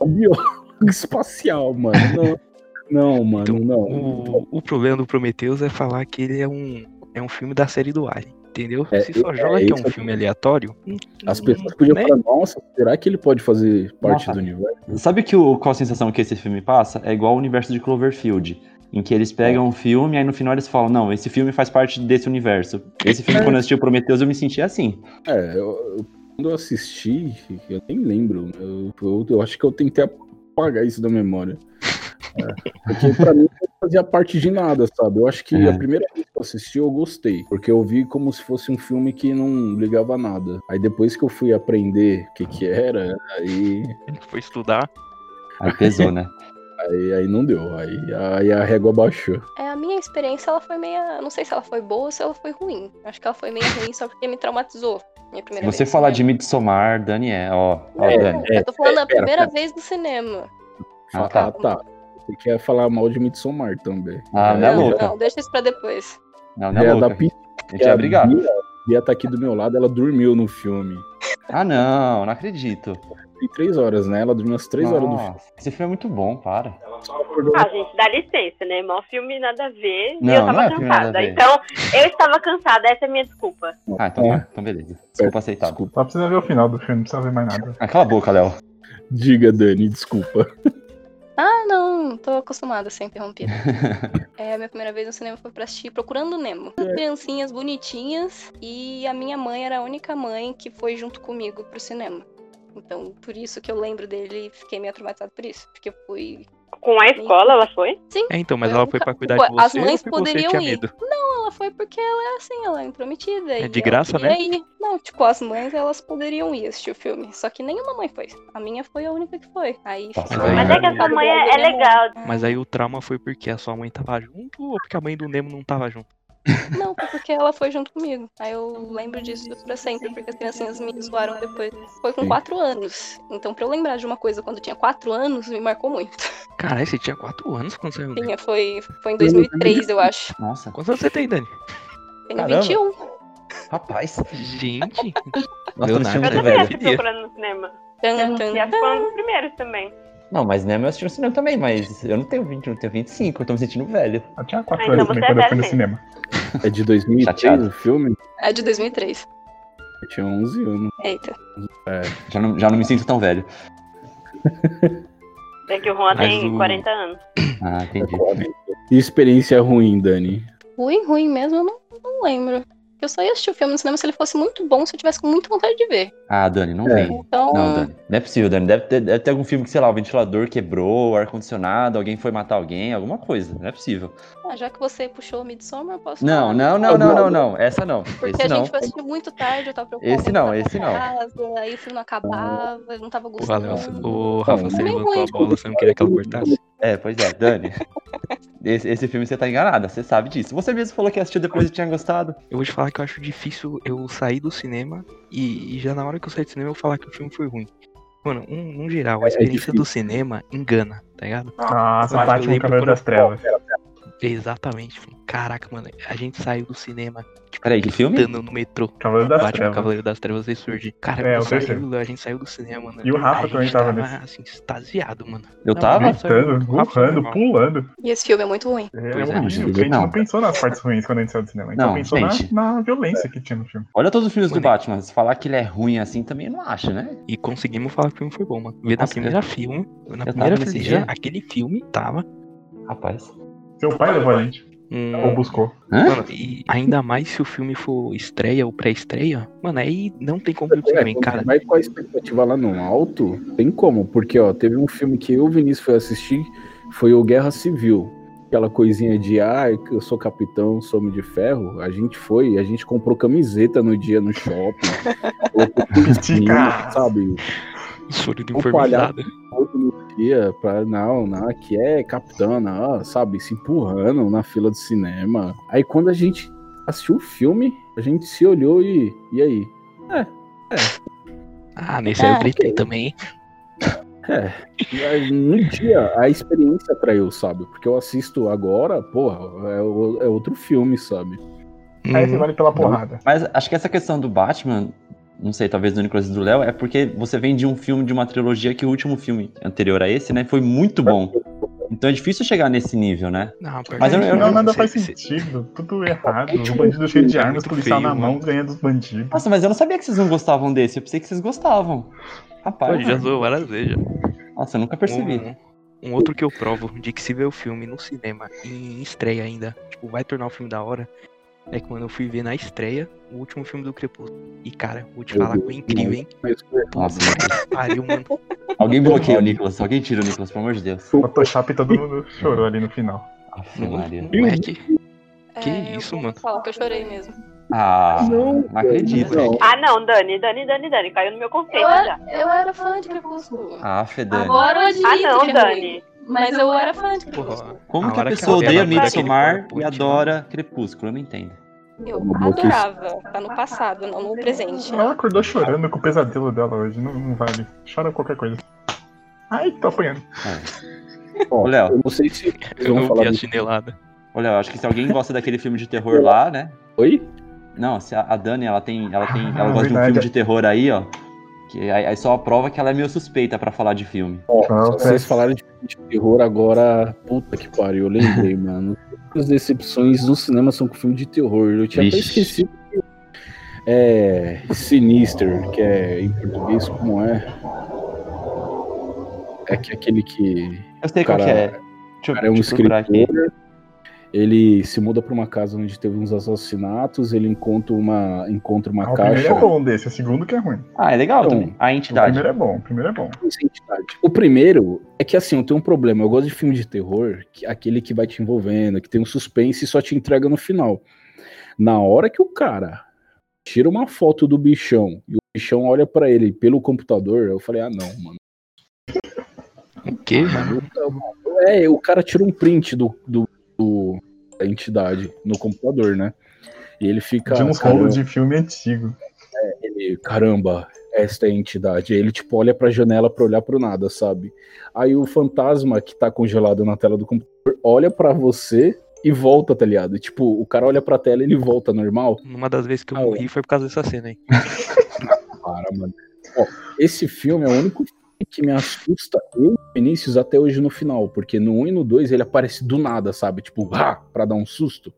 Speaker 1: É um [laughs] biólogo espacial, mano. Não, não mano,
Speaker 3: Então,
Speaker 1: não.
Speaker 3: O, o problema do Prometheus é falar que ele é um, é um filme da série do Alien, entendeu?
Speaker 1: É,
Speaker 3: Se só
Speaker 1: é,
Speaker 3: joga
Speaker 1: é
Speaker 3: que
Speaker 1: isso
Speaker 3: é um
Speaker 1: que-
Speaker 3: filme aleatório.
Speaker 1: As
Speaker 3: hum,
Speaker 1: pessoas podiam
Speaker 3: né?
Speaker 1: falar, nossa, será que ele pode fazer parte
Speaker 5: Nossa.
Speaker 1: do universo?
Speaker 5: Sabe que o, qual a sensação que esse filme passa? É igual o universo de Cloverfield. Em que eles pegam um filme e aí no final eles falam, não, esse filme faz parte desse universo. Esse filme, quando eu assisti o Prometheus, eu me senti assim.
Speaker 1: É, eu- eu- quando eu assisti, eu nem lembro. Eu, eu- eu acho que eu tentei apagar isso da memória. É, porque pra mim não fazia parte de nada, sabe? Eu acho que
Speaker 5: É.
Speaker 1: a primeira vez que eu assisti eu gostei. Porque eu vi como se fosse um filme que não ligava a nada. Aí depois que eu fui aprender o que que era, aí,
Speaker 3: Ele foi estudar.
Speaker 5: Aí pesou, [laughs] né?
Speaker 1: aí, aí não deu. Aí, aí a régua baixou.
Speaker 7: É, a minha experiência, ela foi meia. Não sei se ela foi boa ou se ela foi ruim. Acho que ela foi meio ruim só porque me traumatizou. Minha
Speaker 5: Se
Speaker 7: primeira
Speaker 5: você
Speaker 7: vez no
Speaker 5: falar de
Speaker 7: cinema.
Speaker 5: Midsommar, Dani é, ó. ó
Speaker 1: É,
Speaker 5: Dani.
Speaker 7: Eu tô falando a
Speaker 1: pera,
Speaker 7: primeira
Speaker 1: pera.
Speaker 7: vez no cinema.
Speaker 5: Ah,
Speaker 1: Ah,
Speaker 5: tá.
Speaker 1: tá. Você quer falar mal de Midsommar também.
Speaker 5: Ah,
Speaker 1: É,
Speaker 5: não é
Speaker 7: não,
Speaker 5: louca.
Speaker 7: não, deixa isso pra depois.
Speaker 5: Não, não
Speaker 1: É
Speaker 5: é
Speaker 1: a da
Speaker 5: louca.
Speaker 1: Pi-
Speaker 5: A gente é
Speaker 1: A
Speaker 5: obrigado.
Speaker 1: Bia, a Bia tá aqui do meu lado, ela dormiu no filme.
Speaker 5: Ah, não, não acredito.
Speaker 1: Tem três horas, né? Ela dormiu umas três horas do filme.
Speaker 5: Nossa, Esse filme é muito bom, para.
Speaker 6: Ah, gente, dá licença, né? Mó filme nada a ver.
Speaker 5: Não,
Speaker 6: e eu tava
Speaker 5: não é filme nada a
Speaker 6: cansada.
Speaker 5: ver.
Speaker 6: Então, eu estava cansada, essa é a minha desculpa.
Speaker 5: Ah, então,
Speaker 1: É.
Speaker 5: tá, então beleza. Desculpa aceitar.
Speaker 1: Desculpa.
Speaker 2: Só precisa ver o final do filme, não precisa ver mais nada.
Speaker 5: Ah, cala a boca, Léo.
Speaker 1: Diga, Dani, desculpa.
Speaker 7: Ah, não, tô acostumada a
Speaker 3: [laughs]
Speaker 7: ser interrompida. é, a minha primeira vez no cinema foi pra assistir Procurando Nemo. Umas criancinhas bonitinhas e a minha mãe era a única mãe que foi junto comigo pro cinema. Então, por isso que eu lembro dele e fiquei meio traumatizada por isso. Porque eu fui.
Speaker 6: Com a escola, ela foi?
Speaker 3: É, então, mas
Speaker 7: Eu
Speaker 3: ela
Speaker 7: nunca-
Speaker 3: foi pra cuidar de
Speaker 7: Ué,
Speaker 3: você.
Speaker 7: As mães
Speaker 3: ou porque
Speaker 7: poderiam
Speaker 3: você tinha
Speaker 7: ir.
Speaker 3: medo?
Speaker 7: Não, ela foi porque ela é assim, ela é intrometida.
Speaker 3: É
Speaker 7: e
Speaker 3: de
Speaker 7: ela
Speaker 3: graça,
Speaker 7: queria
Speaker 3: né?
Speaker 7: ir. Não, tipo, as mães, elas poderiam ir assistir o filme. Só que nenhuma mãe foi. A minha foi a única que foi. Aí
Speaker 3: Tá.
Speaker 5: Nossa,
Speaker 7: ficou-
Speaker 5: velho.
Speaker 6: Mas é que a sua mãe
Speaker 7: né,
Speaker 6: é, é legal.
Speaker 3: Mas aí o trauma foi porque a sua mãe tava junto ou porque a mãe do Nemo não tava junto?
Speaker 7: Não, foi porque ela foi junto comigo. Aí eu lembro disso pra sempre, porque as criancinhas me zoaram depois. Foi com
Speaker 1: Sim.
Speaker 7: quatro anos. Então, pra eu lembrar de uma coisa quando eu tinha quatro anos, me marcou muito.
Speaker 3: Caralho, você tinha 4 anos quando saiu.
Speaker 7: Tinha, foi, foi em 2003, eu acho.
Speaker 5: Nossa,
Speaker 3: Quantos anos você tem, Dani?
Speaker 7: Tenho
Speaker 5: Caramba.
Speaker 7: 21.
Speaker 5: rapaz.
Speaker 3: Gente.
Speaker 5: Nós
Speaker 3: Leonardo.
Speaker 5: estamos assistindo
Speaker 6: Eu
Speaker 5: muito
Speaker 3: Muito
Speaker 6: também
Speaker 5: velho.
Speaker 6: assisti procurando no cinema.
Speaker 7: Tan,
Speaker 6: Eu
Speaker 7: tan,
Speaker 6: fui a fã
Speaker 7: tan.
Speaker 6: dos primeiros também.
Speaker 5: Não, mas Nemo eu assisti no cinema também, mas eu não tenho 20, eu tenho 25, eu tô me sentindo velho.
Speaker 2: Eu tinha 4
Speaker 6: Ah, então
Speaker 2: anos
Speaker 6: você
Speaker 2: também
Speaker 6: é
Speaker 2: quando eu fui
Speaker 6: velho
Speaker 2: no
Speaker 6: mesmo.
Speaker 2: cinema.
Speaker 1: É de 2003
Speaker 5: Chateado.
Speaker 1: o filme?
Speaker 7: É de 2003.
Speaker 1: Eu tinha 11 anos.
Speaker 7: Eita.
Speaker 5: Já não, já não me sinto tão velho.
Speaker 6: É que o Juan
Speaker 3: Mas
Speaker 6: tem
Speaker 3: o-
Speaker 6: 40 anos.
Speaker 5: Ah, entendi.
Speaker 1: E experiência ruim, Dani?
Speaker 7: Ruim, ruim mesmo, eu não, não lembro. Eu só ia assistir o filme no cinema se ele fosse muito bom, se eu tivesse com muita vontade de ver.
Speaker 5: Ah, Dani, não
Speaker 1: É.
Speaker 5: vem.
Speaker 7: Então,
Speaker 5: Não, Dani. Não é possível, Dani. Deve ter, deve ter algum filme que, sei lá, o ventilador quebrou, o ar-condicionado, alguém foi matar alguém, alguma coisa. Não é possível.
Speaker 7: ah, já que você puxou o Midsommar, eu posso
Speaker 5: Não,
Speaker 7: falar.
Speaker 5: não, não, não, não, não. Essa não.
Speaker 7: Porque
Speaker 5: Esse
Speaker 7: a
Speaker 5: não.
Speaker 7: gente foi assistir muito tarde, eu tava preocupada.
Speaker 5: Esse não,
Speaker 7: em
Speaker 5: esse
Speaker 7: voltar pra Casa, aí o filme não acabava, eu não tava
Speaker 3: Porra,
Speaker 7: gostando.
Speaker 3: Léo, você- Ô, Rafa, você
Speaker 7: Também
Speaker 3: levantou a
Speaker 7: ruim.
Speaker 3: bola, você não queria que ela cortasse?
Speaker 5: É, pois é, Dani. Esse, esse filme você tá enganada, você sabe disso. Você mesmo falou que assistiu depois e tinha gostado.
Speaker 3: Eu vou te falar que eu acho difícil eu sair do cinema e, e já na hora que eu sair do cinema eu falar que o filme foi ruim. Mano, um, no geral, a experiência do cinema engana, tá ligado?
Speaker 2: Ah, Nossa,
Speaker 3: Mas
Speaker 2: Batman
Speaker 3: eu
Speaker 2: Cavaleiro
Speaker 3: lembro
Speaker 2: das Trevas.
Speaker 3: Exatamente. filho. Caraca, mano, a gente saiu do cinema
Speaker 5: Peraí, que filme?
Speaker 3: gritando no metrô.
Speaker 2: Cavaleiro das
Speaker 3: Batman, é um
Speaker 2: Trevas.
Speaker 3: Cavaleiro das Trevas ressurge. Cara,
Speaker 2: É,
Speaker 3: eu
Speaker 2: o
Speaker 3: saí
Speaker 2: terceiro.
Speaker 3: do- a gente saiu do cinema, mano.
Speaker 2: E o Rafa
Speaker 3: a gente
Speaker 2: também tava
Speaker 3: assim, extasiado, mano.
Speaker 5: Eu
Speaker 3: Não,
Speaker 5: tava?
Speaker 3: mas-
Speaker 2: Gritando,
Speaker 3: Rafa foi
Speaker 2: gritando,
Speaker 3: mal.
Speaker 2: pulando.
Speaker 7: E esse filme é muito ruim.
Speaker 2: É
Speaker 3: Pois é,
Speaker 2: horrível.
Speaker 5: gente,
Speaker 2: porque A gente
Speaker 5: não.
Speaker 2: não pensou nas partes ruins quando a gente saiu do cinema. A gente só
Speaker 5: Não,
Speaker 2: pensou na-
Speaker 5: gente.
Speaker 2: na violência que tinha no filme.
Speaker 5: Olha todos os filmes do
Speaker 3: Mano.
Speaker 5: Batman. Se falar que ele é ruim assim também, eu não acho, né?
Speaker 3: E conseguimos falar que o filme foi bom, mano. Vê na
Speaker 5: Nossa,
Speaker 3: primeira filme, na
Speaker 5: eu
Speaker 3: primeira
Speaker 5: tava nesse
Speaker 3: fileira,
Speaker 5: dia.
Speaker 3: aquele filme tava
Speaker 5: Rapaz.
Speaker 2: Seu pai levou a gente. Ou
Speaker 3: um,
Speaker 2: buscou.
Speaker 5: Hã?
Speaker 3: Mano, e ainda mais se o filme for estreia ou pré-estreia, mano, aí não tem como ir pro cinema, hein,
Speaker 1: quando
Speaker 3: cara.
Speaker 1: Vai com a expectativa lá no alto, tem como, porque ó, teve um filme que eu, e o Vinícius, foi assistir, foi o Guerra Civil. Aquela coisinha de ah, eu sou capitão, sou homem de ferro. A gente foi, a gente comprou camiseta no dia no shopping. colocou assim,
Speaker 2: Estica!
Speaker 1: sabe?
Speaker 3: Soro de um
Speaker 1: Opa,
Speaker 3: informizado.
Speaker 1: Outro no dia pra não, não, que é capitão, não, sabe? Se empurrando na fila do cinema. Aí quando a gente assistiu o filme, a gente se olhou e. E aí?
Speaker 3: Ah, nesse aí eu
Speaker 7: Ah.
Speaker 3: gritei também, hein.
Speaker 1: É, No dia, a experiência atraiu, sabe? Porque eu assisto agora, porra, é, o- é outro filme, sabe?
Speaker 2: Aí você
Speaker 3: Hum,
Speaker 2: vale pela porrada.
Speaker 5: Mas acho que essa questão do Batman, não sei, talvez do Nicolas e do Léo, é porque você vem de um filme, de uma trilogia que o último filme anterior a esse, né, foi muito bom. Então é difícil chegar nesse nível, né?
Speaker 3: não, pior
Speaker 5: Mas
Speaker 3: que
Speaker 5: eu- eu-
Speaker 2: não, nada
Speaker 3: Cê-
Speaker 2: faz
Speaker 3: cê-
Speaker 2: sentido. Tudo errado. Os bandidos cheios de armas,
Speaker 3: muito
Speaker 2: policial
Speaker 3: feio,
Speaker 2: na mão,
Speaker 3: mano.
Speaker 2: ganha dos bandidos.
Speaker 5: Nossa, mas eu não sabia que vocês não gostavam desse, eu pensei que vocês gostavam.
Speaker 3: Pô,
Speaker 5: Rapaz,
Speaker 3: ele já zoou várias vezes, já.
Speaker 5: nossa, eu nunca percebi.
Speaker 3: Um, um outro que eu provo, de que se ver o filme no cinema e em estreia ainda, tipo, vai tornar o filme da hora, é que, mano, eu fui ver na estreia o último filme do Crepúsculo. E, cara, vou te
Speaker 1: Meu
Speaker 3: falar que
Speaker 1: Deus,
Speaker 3: foi incrível, hein.
Speaker 1: Mas,
Speaker 5: Nossa, mano.
Speaker 3: Pariu, mano.
Speaker 5: alguém bloqueia o Nicolas, alguém tira o Nicolas, pelo amor de Deus.
Speaker 2: Photoshop todo mundo chorou ali no final.
Speaker 5: Aff, Maria.
Speaker 3: Moleque. Que
Speaker 7: É, eu
Speaker 3: isso,
Speaker 7: vou
Speaker 3: mano.
Speaker 7: Falar que eu chorei mesmo.
Speaker 5: Ah,
Speaker 1: Não,
Speaker 5: não, acredito.
Speaker 1: não.
Speaker 6: Ah, não, Dani, Dani, Dani, Dani. Caiu no meu conceito já.
Speaker 7: Eu era fã de Crepúsculo.
Speaker 5: Ah, Fedane.
Speaker 7: Agora eu admito
Speaker 6: Ah, não,
Speaker 7: que é ruim,
Speaker 6: Dani.
Speaker 7: Mas eu era fã de Crepúsculo.
Speaker 3: Porra,
Speaker 5: Como
Speaker 3: a
Speaker 5: que a
Speaker 3: hora que a
Speaker 5: pessoa odeia
Speaker 3: Bela dá aquele
Speaker 5: Midsommar e
Speaker 3: PowerPoint,
Speaker 5: adora Crepúsculo? Eu não entendo.
Speaker 7: Eu
Speaker 1: Uma boa que-
Speaker 7: adorava. Tá no passado, não no presente.
Speaker 2: Ela acordou chorando com o pesadelo dela hoje. Não, não vale. Chora qualquer coisa. Ai, tô apanhando.
Speaker 5: É.
Speaker 1: ó,
Speaker 5: Ô, Léo.
Speaker 1: Eu não sei se vocês
Speaker 3: Eu
Speaker 1: vão
Speaker 3: não
Speaker 1: falar
Speaker 3: vi a
Speaker 1: disso.
Speaker 3: chinelada.
Speaker 5: Olha, eu acho que se alguém gosta daquele filme de terror lá, né?
Speaker 1: Oi?
Speaker 5: Não, se a, a Dani, ela tem. Ela tem. Ela
Speaker 1: [laughs]
Speaker 2: Ah,
Speaker 5: gosta de um
Speaker 2: verdade.
Speaker 5: filme de terror aí, ó. Que aí, aí só prova que ela é meio suspeita pra falar de filme.
Speaker 1: Ó,
Speaker 2: Não,
Speaker 1: vocês
Speaker 2: cara.
Speaker 1: falaram de filme de terror agora. Puta que pariu, eu lembrei, [laughs] mano. As decepções no cinema são com filme de terror. Eu tinha até
Speaker 5: Vixe.
Speaker 1: esquecido que. É. Sinister, que é em português, como é? É que aquele que.
Speaker 5: Eu sei
Speaker 1: Cara,
Speaker 5: qual que é. Deixa eu,
Speaker 1: cara é um
Speaker 5: deixa eu procurar aqui.
Speaker 1: escritor. Ele se muda pra uma casa onde teve uns assassinatos, ele encontra uma, encontra uma
Speaker 2: Ah, o primeiro
Speaker 1: caixa.
Speaker 2: é bom desse, o segundo que é ruim.
Speaker 5: Ah, é legal
Speaker 1: Então,
Speaker 5: também. A
Speaker 2: O
Speaker 5: entidade.
Speaker 2: primeiro é bom, o primeiro é bom.
Speaker 1: Essa entidade. O primeiro é que assim, eu tenho um problema. Eu gosto de filme de terror, que, aquele que vai te envolvendo, que tem um suspense e só te entrega no final. Na hora que o cara tira uma foto do bichão e o bichão olha pra ele pelo computador, eu falei, ah não, mano. tá
Speaker 3: O quê, mano?
Speaker 1: É, o cara tira um print do, do- do- da entidade no computador, né? E ele fica. assim,
Speaker 2: de uns
Speaker 1: "Caramba,
Speaker 2: rolos de filme antigo.
Speaker 1: ele, caramba, esta é a entidade. Aí ele, tipo, olha pra janela pra olhar pro nada, sabe? Aí o fantasma que tá congelado na tela do computador olha pra você e volta, tá ligado? Tipo, o cara olha pra tela e ele volta normal.
Speaker 3: Numa das vezes que eu
Speaker 1: Ah,
Speaker 3: morri foi por causa dessa cena aí.
Speaker 1: Para, mano. Ó, esse filme é o único filme que me assusta eu e o Vinícius até hoje no final, porque no 1 e no 2 ele aparece do nada, sabe? Tipo, rá, pra dar um susto.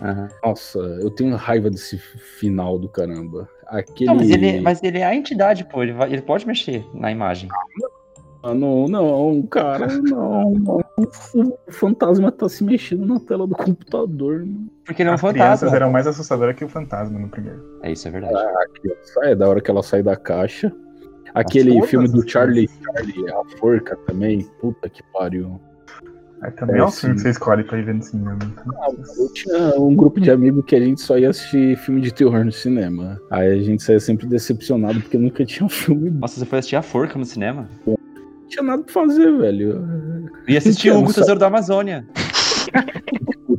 Speaker 5: Aham.
Speaker 1: Nossa, eu tenho raiva desse final do caramba. Aquele.
Speaker 5: Não, mas ele, mas ele é a entidade, pô. Ele, vai- ele pode mexer na imagem.
Speaker 1: Ah, não, não, cara, não, não. O fantasma tá se mexendo na tela do computador. mano.
Speaker 5: Porque ele é um
Speaker 2: As crianças
Speaker 5: fantasma.
Speaker 2: eram mais assustadoras que o fantasma no primeiro.
Speaker 5: É isso, é verdade.
Speaker 1: Aqui, ó, sai, é da hora que ela sai da caixa. Aquele
Speaker 2: todas
Speaker 1: filme do
Speaker 2: as
Speaker 1: Charlie, Charlie, a forca também. Puta que pariu.
Speaker 2: Aí também é um
Speaker 1: Sim.
Speaker 2: filme que você escolhe pra ir assim, ver no cinema.
Speaker 1: Ah, Eu tinha um grupo de amigos que a gente só ia assistir filme de terror no cinema. Aí a gente saía sempre decepcionado porque nunca tinha um filme. bom.
Speaker 5: Nossa, você foi assistir a forca no cinema?
Speaker 1: Não tinha nada pra fazer, velho.
Speaker 5: E assistir
Speaker 1: Eu não
Speaker 5: Hugo
Speaker 1: sa-
Speaker 5: Tesouro da Amazônia.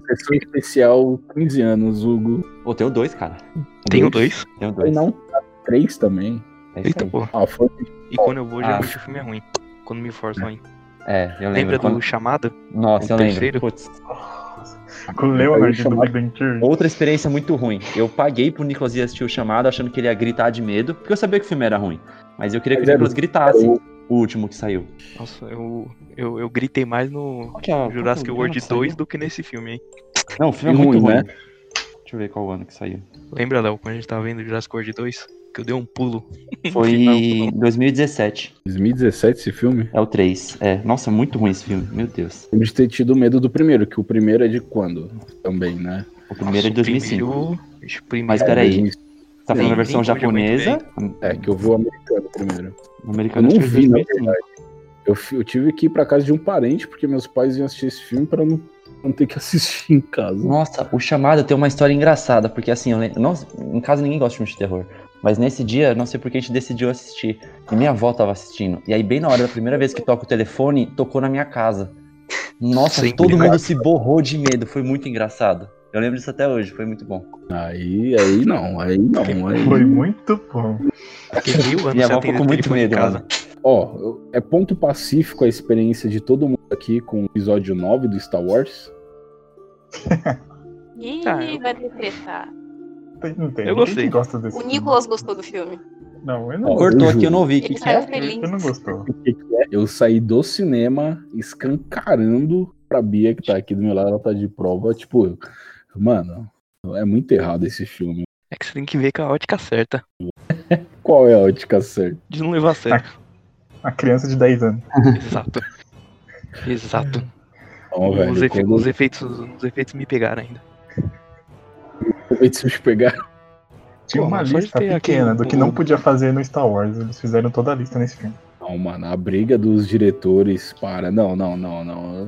Speaker 1: Sessão especial, 15 anos, Hugo.
Speaker 5: Ou tem o dois, cara.
Speaker 3: Tenho dois. Então,
Speaker 5: Tem o dois.
Speaker 1: Não, três também.
Speaker 5: É, isso
Speaker 3: Eita
Speaker 5: aí.
Speaker 3: porra.
Speaker 1: Ah, foi
Speaker 3: E quando eu vou,
Speaker 5: Ah.
Speaker 3: geralmente o filme é ruim. Quando me forçam aí.
Speaker 5: é eu lembro.
Speaker 3: Lembra do
Speaker 5: quando-
Speaker 3: chamado?
Speaker 5: Nossa,
Speaker 3: o
Speaker 5: eu lembro.
Speaker 3: terceiro?
Speaker 5: Putz,
Speaker 2: Com o Leonard
Speaker 1: Eu
Speaker 2: do
Speaker 1: chamava-
Speaker 2: Big Bang Theory.
Speaker 5: outra experiência muito ruim. Eu paguei pro Nicolas ir assistir o chamado achando que ele ia gritar de medo, porque eu sabia que o filme era ruim. Mas eu queria que
Speaker 1: Mas é
Speaker 5: o
Speaker 1: era-
Speaker 5: Nicolas gritasse o último que saiu.
Speaker 3: Nossa, eu, eu, eu gritei mais no
Speaker 5: Qual que é o-
Speaker 3: Jurassic
Speaker 5: qual que é o
Speaker 3: World
Speaker 5: ano que
Speaker 3: 2
Speaker 5: saiu?
Speaker 3: do que nesse filme, hein?
Speaker 5: Não, o filme é
Speaker 1: Ruim,
Speaker 5: muito ruim.
Speaker 1: né?
Speaker 5: Deixa eu ver qual ano que saiu.
Speaker 3: Lembra, Léo, quando a gente tava vendo Jurassic World 2? Que eu dei um pulo.
Speaker 5: Foi
Speaker 3: final,
Speaker 5: em 2017.
Speaker 1: 2017 esse filme?
Speaker 5: É o 3. É. Nossa, muito ruim esse filme. Meu Deus.
Speaker 1: Lembro de ter tido medo do primeiro, que o primeiro é de quando? Também, né? É,
Speaker 5: O primeiro é de 2005.
Speaker 3: Primeiro, Ixi, o primeiro-
Speaker 5: Mas peraí. Você Tá
Speaker 1: Nem-
Speaker 5: falando a versão
Speaker 3: nem hoje aguento
Speaker 5: japonesa?
Speaker 1: É, que eu vi o americano primeiro. Eu
Speaker 5: Americana
Speaker 1: não
Speaker 5: acho que é foi
Speaker 1: vi, né? na
Speaker 5: 2005.
Speaker 1: verdade. Eu, fi- eu tive que ir pra casa de um parente, porque meus pais iam assistir esse filme pra não, não ter que [laughs] assistir em casa.
Speaker 5: Nossa, o chamado tem uma história engraçada, porque assim, eu lembro. Nossa, em casa ninguém gosta de filme de terror. Mas nesse dia, não sei porque a gente decidiu assistir. E minha avó tava assistindo. E aí, bem na hora da primeira vez que toca o telefone, tocou na minha casa. Nossa,
Speaker 3: Sempre
Speaker 5: todo
Speaker 3: vai.
Speaker 5: mundo se borrou de medo. Foi muito engraçado. Eu lembro disso até hoje, foi muito bom.
Speaker 1: Aí, aí não, aí não. Aí...
Speaker 2: Foi muito bom.
Speaker 3: Fiquei mil anos
Speaker 5: Minha
Speaker 3: sem
Speaker 5: avó
Speaker 3: atender
Speaker 5: ficou com muito
Speaker 3: telefone em
Speaker 5: medo,
Speaker 3: casa.
Speaker 5: mano.
Speaker 1: Ó, eu- é ponto pacífico a experiência de todo mundo aqui com o episódio 9 do Star Wars.
Speaker 7: Ih,
Speaker 3: Tá, eu-
Speaker 7: vai ter treta.
Speaker 2: Tem- Não tem
Speaker 3: Eu
Speaker 2: ninguém
Speaker 3: gostei.
Speaker 2: que gosta desse
Speaker 7: O
Speaker 2: filme.
Speaker 7: Nicolas gostou do filme.
Speaker 2: Não, eu
Speaker 1: Ó,
Speaker 2: não gostei.
Speaker 5: Cortou
Speaker 1: eu
Speaker 5: aqui,
Speaker 1: juro.
Speaker 5: eu não vi. O que,
Speaker 7: Ele
Speaker 5: que é?
Speaker 7: saiu feliz.
Speaker 2: Eu não gostou.
Speaker 1: O que que é? Eu saí do cinema escancarando pra Bia, que tá aqui do meu lado, ela tá de prova. Tipo, mano, é muito errado esse filme.
Speaker 3: É que você tem que ver com a ótica certa.
Speaker 1: Qual é a ótica certa?
Speaker 3: De não levar a
Speaker 5: [laughs]
Speaker 3: sério.
Speaker 2: A criança de 10 anos.
Speaker 3: Exato. Exato.
Speaker 1: Então,
Speaker 3: os,
Speaker 1: velho,
Speaker 3: efe-
Speaker 1: quando
Speaker 3: os efeitos, os efeitos me pegaram ainda.
Speaker 1: eu te pegar,
Speaker 2: Tinha
Speaker 3: Pô,
Speaker 2: uma
Speaker 3: mas só de
Speaker 2: lista
Speaker 3: ter
Speaker 2: pequena
Speaker 3: aquele-
Speaker 2: do que não podia fazer no Star Wars. Eles fizeram toda a lista nesse filme.
Speaker 1: não, mano, a briga dos diretores para. Não, não, não, não. Eu,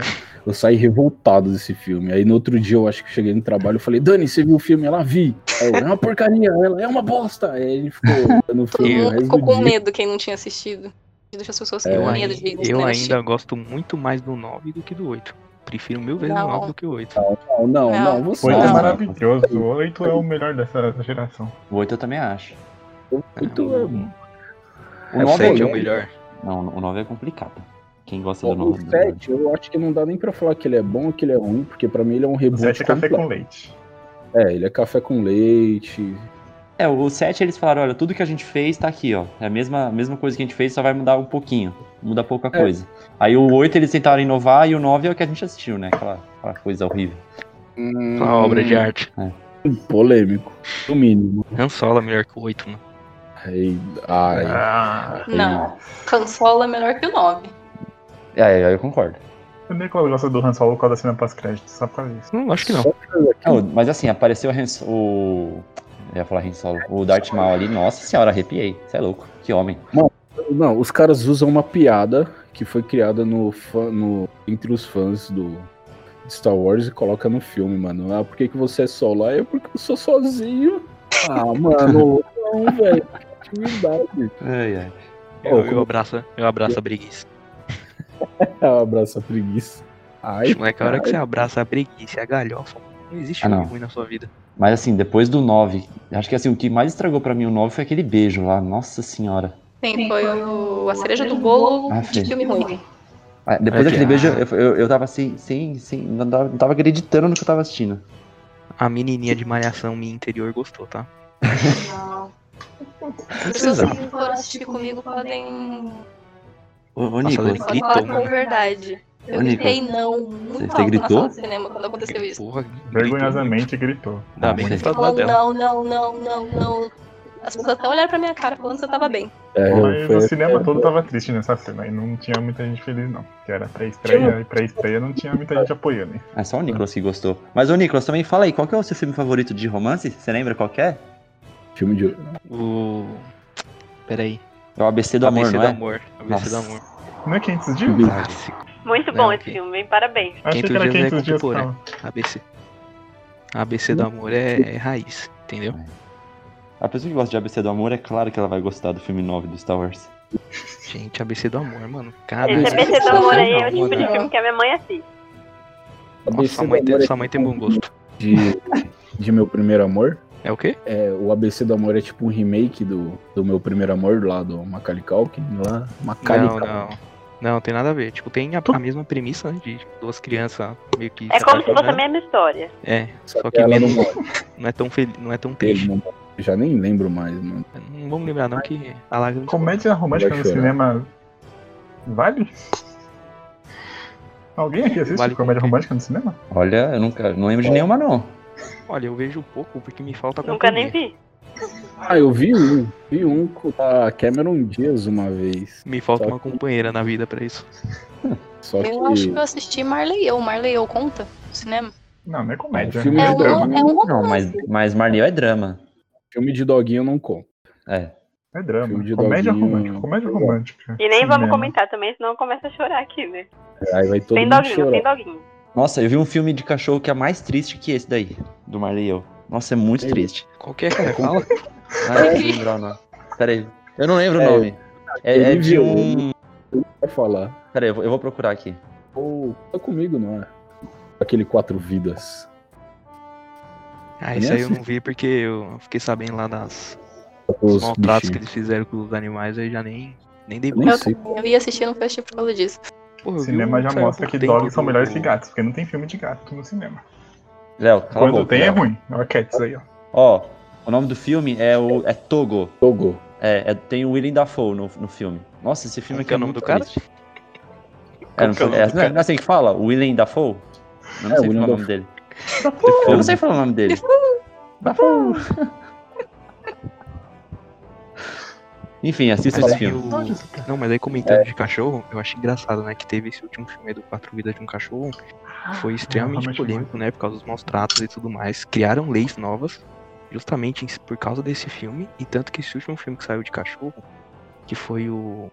Speaker 1: eu saí revoltado desse filme. Aí no outro dia eu acho que eu cheguei no trabalho e falei, Dani, você viu o filme? Ela vi. Aí eu, é uma porcaria, ela é uma bosta. Aí ele ficou no
Speaker 7: Todo
Speaker 1: filme o
Speaker 7: mundo
Speaker 1: resto
Speaker 7: ficou
Speaker 1: do
Speaker 7: com
Speaker 1: dia.
Speaker 7: medo quem não tinha assistido. Deixa as pessoas
Speaker 1: É.
Speaker 7: com
Speaker 3: eu ai-
Speaker 7: medo de ir no
Speaker 3: eu
Speaker 7: cinema assistir.
Speaker 3: ainda gosto muito mais do 9 do que do 8. Prefiro mil vezes
Speaker 7: Não.
Speaker 3: o 9 do que o 8.
Speaker 5: Ah.
Speaker 1: Não, não, não,
Speaker 7: Não.
Speaker 1: você
Speaker 2: Oito é
Speaker 5: Não.
Speaker 2: maravilhoso. O Oito é o melhor dessa geração.
Speaker 5: O 8 eu também acho.
Speaker 1: Muito é,
Speaker 5: O
Speaker 1: É,
Speaker 5: 9
Speaker 1: sete
Speaker 5: é
Speaker 4: um
Speaker 1: eu-
Speaker 3: o melhor.
Speaker 5: Não, o 9 é complicado. Quem gosta do
Speaker 1: Bom,
Speaker 5: 9
Speaker 1: O 7, eu acho que não dá nem pra falar que ele é bom ou que ele é ruim, porque pra mim ele é um
Speaker 2: O
Speaker 1: reboot
Speaker 2: Sete é café
Speaker 1: completo.
Speaker 2: com leite.
Speaker 1: É, ele é café com leite.
Speaker 5: É, o 7 eles falaram, olha, tudo que a gente fez tá aqui, ó. É a mesma, mesma coisa que a gente fez, só vai mudar um pouquinho. Muda pouca coisa. Aí o 8 eles tentaram inovar e o 9 é o que a gente assistiu, né? Aquela, aquela coisa horrível.
Speaker 3: É Uma obra de arte.
Speaker 1: Polêmico, no mínimo.
Speaker 3: Ransola é melhor que o 8, mano.
Speaker 1: Aí, ai,
Speaker 2: Ah,
Speaker 7: Não. Cansola é melhor que o 9.
Speaker 5: É, é, eu concordo.
Speaker 2: eu nem gosto do Han Solo por causa da cena pós-crédito, só por causa disso.
Speaker 3: Não, acho que não.
Speaker 5: Não, mas assim, apareceu a Han So- o... Eu ia falar Han Solo. O Darth Maul ali, nossa senhora, arrepiei. Você é louco, que homem.
Speaker 1: Não, os caras usam uma piada que foi criada no, fã- no- entre os fãs do de Star Wars e coloca no filme, mano. Ah, por que, que você é solo? Ah, é porque eu sou sozinho. Ah, mano, não, velho. que Intimidade.
Speaker 5: Ai, ai.
Speaker 1: Ô,
Speaker 3: Eu, eu
Speaker 1: como-
Speaker 3: abraço, eu abraço a preguiça.
Speaker 1: É, Abraça a um preguiça. Ai,
Speaker 3: Tipo, Moleque, a hora que você abraça a preguiça, e a galhofa, não existe
Speaker 5: Ah, não.
Speaker 3: filme ruim na sua vida.
Speaker 5: Mas assim, depois do 9, acho que assim, o que mais estragou pra mim o 9 foi aquele beijo lá. Nossa senhora.
Speaker 7: Sim, foi o, a cereja do bolo
Speaker 5: Ah,
Speaker 7: de
Speaker 5: filho.
Speaker 7: filme ruim.
Speaker 5: Ah, Depois
Speaker 3: É que-
Speaker 5: daquele beijo, eu, eu, eu tava sem, sem, sem. Não tava, não tava acreditando no que eu tava assistindo.
Speaker 3: A menininha de malhação minha interior gostou, tá?
Speaker 7: As pessoas
Speaker 3: precisava.
Speaker 7: que foram assistir comigo podem
Speaker 5: Ô, ô
Speaker 3: Nossa,
Speaker 5: Nicolas,
Speaker 3: Você
Speaker 7: podem
Speaker 3: gritou,
Speaker 7: falar
Speaker 3: mano.
Speaker 7: com verdade. Eu
Speaker 5: Ô, Nicolas,
Speaker 7: gritei não muito
Speaker 5: você
Speaker 7: alto na
Speaker 5: gritou?
Speaker 7: sala de cinema quando aconteceu isso.
Speaker 3: Porra, gritou
Speaker 2: Vergonhosamente gritou.
Speaker 3: muito. Ainda bem que você tá do
Speaker 7: Falou
Speaker 3: lado dela.
Speaker 7: não, não, não, não, não. As pessoas até olharam pra minha cara falando se eu tava bem.
Speaker 1: É,
Speaker 2: Mas
Speaker 1: foi-
Speaker 2: o cinema todo tava triste nessa cena e não tinha muita gente feliz, não. Que era pré-estreia e pré-estreia não tinha muita gente apoiando. hein.
Speaker 5: é só o Nicolas que gostou. Mas ô Nicolas, também fala aí, qual que é o seu filme favorito de romance? Você lembra qual que é?
Speaker 1: filme de.
Speaker 3: O. Peraí.
Speaker 5: É o ABC do Amor,
Speaker 3: ABC
Speaker 5: não
Speaker 3: do
Speaker 5: é?
Speaker 3: amor. ABC do
Speaker 5: Nossa.
Speaker 3: amor.
Speaker 2: Não é 500 dias?
Speaker 1: Uhum.
Speaker 3: Clássico.
Speaker 6: Muito bom
Speaker 3: Não,
Speaker 6: esse
Speaker 3: ok.
Speaker 6: filme, hein? parabéns.
Speaker 2: Achei
Speaker 3: 500
Speaker 2: que era
Speaker 3: dias é
Speaker 2: 500 dias.
Speaker 3: contemporâneo.
Speaker 2: calma.
Speaker 3: ABC. ABC do amor é, é raiz, entendeu?
Speaker 5: A pessoa que gosta de ABC do Amor, é claro que ela vai gostar do filme 9 do Star Wars.
Speaker 3: Gente, ABC do amor, mano. Cara,
Speaker 6: Esse
Speaker 5: isso é
Speaker 6: ABC do amor aí é o
Speaker 3: sensacional,
Speaker 6: tipo de
Speaker 3: né?
Speaker 6: filme que a minha mãe assiste.
Speaker 3: Nossa, sua mãe, tem,
Speaker 1: é
Speaker 3: sua mãe tem bom gosto.
Speaker 1: De, de Meu Primeiro Amor.
Speaker 3: É o quê?
Speaker 1: É, o ABC do Amor é tipo um remake do, do Meu Primeiro Amor lá do Macaulay Culkin. Lá, Macaulay
Speaker 3: Não, não. Não, tem nada a ver. Tipo, tem a, a mesma premissa né, de duas crianças meio que.
Speaker 6: É como se fosse a
Speaker 3: apaixonando.
Speaker 6: mesma história.
Speaker 3: É,
Speaker 1: Só que,
Speaker 3: que
Speaker 1: ela
Speaker 3: menos-
Speaker 1: não morre.
Speaker 3: não é tão feliz, não é tão triste.
Speaker 1: Ele não morre. Eu já nem lembro mais, mano.
Speaker 3: Não vamos lembrar não que a lágrima.
Speaker 2: Comédia romântica
Speaker 1: Vai
Speaker 2: no
Speaker 1: chorar.
Speaker 2: cinema vale? Alguém aqui assiste
Speaker 3: Vale
Speaker 2: comédia
Speaker 3: por quê?
Speaker 2: romântica no cinema?
Speaker 5: Olha, eu nunca, não lembro de nenhuma, não.
Speaker 3: Olha, eu vejo pouco porque me falta
Speaker 6: Nunca nem
Speaker 3: companhia.
Speaker 6: vi.
Speaker 1: Ah, eu vi um. Vi um com a Cameron Diaz uma vez.
Speaker 3: Me falta
Speaker 1: Só
Speaker 3: uma
Speaker 1: que-
Speaker 3: companheira na vida pra isso.
Speaker 1: Só que.
Speaker 7: Eu acho que eu assisti Marley Eu. Marley Eu conta no cinema.
Speaker 2: Não, não é comédia.
Speaker 1: É um filme
Speaker 7: É
Speaker 1: Mas
Speaker 7: um,
Speaker 2: drama.
Speaker 7: é um
Speaker 5: Não, mas, mas Marley é drama.
Speaker 1: Filme de doguinho eu não conto.
Speaker 5: É.
Speaker 2: É
Speaker 1: Filme de é.
Speaker 2: drama. Comédia
Speaker 1: doguinho.
Speaker 2: romântica. Comédia romântica.
Speaker 6: E nem vamos
Speaker 2: Cinema.
Speaker 6: comentar também, senão começa a chorar aqui, né?
Speaker 1: Aí vai todo
Speaker 6: Tem
Speaker 1: mundo
Speaker 6: doguinho, tem
Speaker 1: chorar.
Speaker 6: doguinho.
Speaker 5: Nossa, eu vi um filme de cachorro que é mais triste que esse daí, do Marley e eu. Nossa, é muito
Speaker 1: É.
Speaker 5: triste.
Speaker 3: Qualquer cara fala.
Speaker 5: Ah, eu não lembro o nome. Pera aí. Eu não lembro
Speaker 1: É,
Speaker 5: o nome. É,
Speaker 1: ele
Speaker 5: é de
Speaker 1: viu.
Speaker 5: um.
Speaker 1: Vai falar.
Speaker 5: Pera aí, eu vou- eu vou procurar aqui.
Speaker 1: Ou tá comigo, não é? Aquele Quatro Vidas.
Speaker 3: Ah, isso aí eu não vi porque eu fiquei sabendo lá das dos
Speaker 1: Os
Speaker 3: maltratos que
Speaker 1: bichinhos.
Speaker 3: eles fizeram com os animais, aí já nem nem dei
Speaker 1: Nem
Speaker 3: bola.
Speaker 7: Eu,
Speaker 1: sei.
Speaker 7: eu ia assistir no festival por causa disso.
Speaker 3: Porra, eu vi
Speaker 2: Cinema
Speaker 3: um-
Speaker 2: já
Speaker 3: saiu há
Speaker 2: mostra
Speaker 3: pouco
Speaker 2: que
Speaker 3: tempo
Speaker 2: dogs são
Speaker 3: do-
Speaker 2: melhores que gatos, porque não tem filme de gato no cinema.
Speaker 5: Léo, cala a
Speaker 2: Quando
Speaker 5: boca,
Speaker 2: tem é
Speaker 5: Léo.
Speaker 2: ruim. Olha a Cats aí, ó.
Speaker 5: Ó, o nome do filme é o é Togo.
Speaker 1: Togo.
Speaker 5: É, é- tem o Willem Dafoe no, no filme. Nossa, esse filme
Speaker 3: Como
Speaker 5: aqui
Speaker 3: que é o nome
Speaker 5: muito
Speaker 3: do cara?
Speaker 5: triste. É, não,
Speaker 3: que é o
Speaker 5: sei,
Speaker 3: nome
Speaker 5: é,
Speaker 3: do
Speaker 5: não é- não é assim que fala? Willem Dafoe? Eu não
Speaker 1: É,
Speaker 5: sei
Speaker 1: Willem
Speaker 5: falar o nome dele. Eu não sei falar o nome dele. Dafoe. Enfim, assista
Speaker 2: Tá
Speaker 3: Mas
Speaker 5: esse
Speaker 3: aí
Speaker 5: filme.
Speaker 3: o-
Speaker 2: é
Speaker 3: Não, mas aí comentando de cachorro, eu acho engraçado, né? Que teve esse último filme aí do Quatro Vidas de um Cachorro. Foi extremamente
Speaker 2: Ah, Realmente
Speaker 3: polêmico, né? Por causa dos maus tratos e tudo mais. Criaram leis novas, justamente em- por causa desse filme. E tanto que esse último filme que saiu de cachorro, que foi o,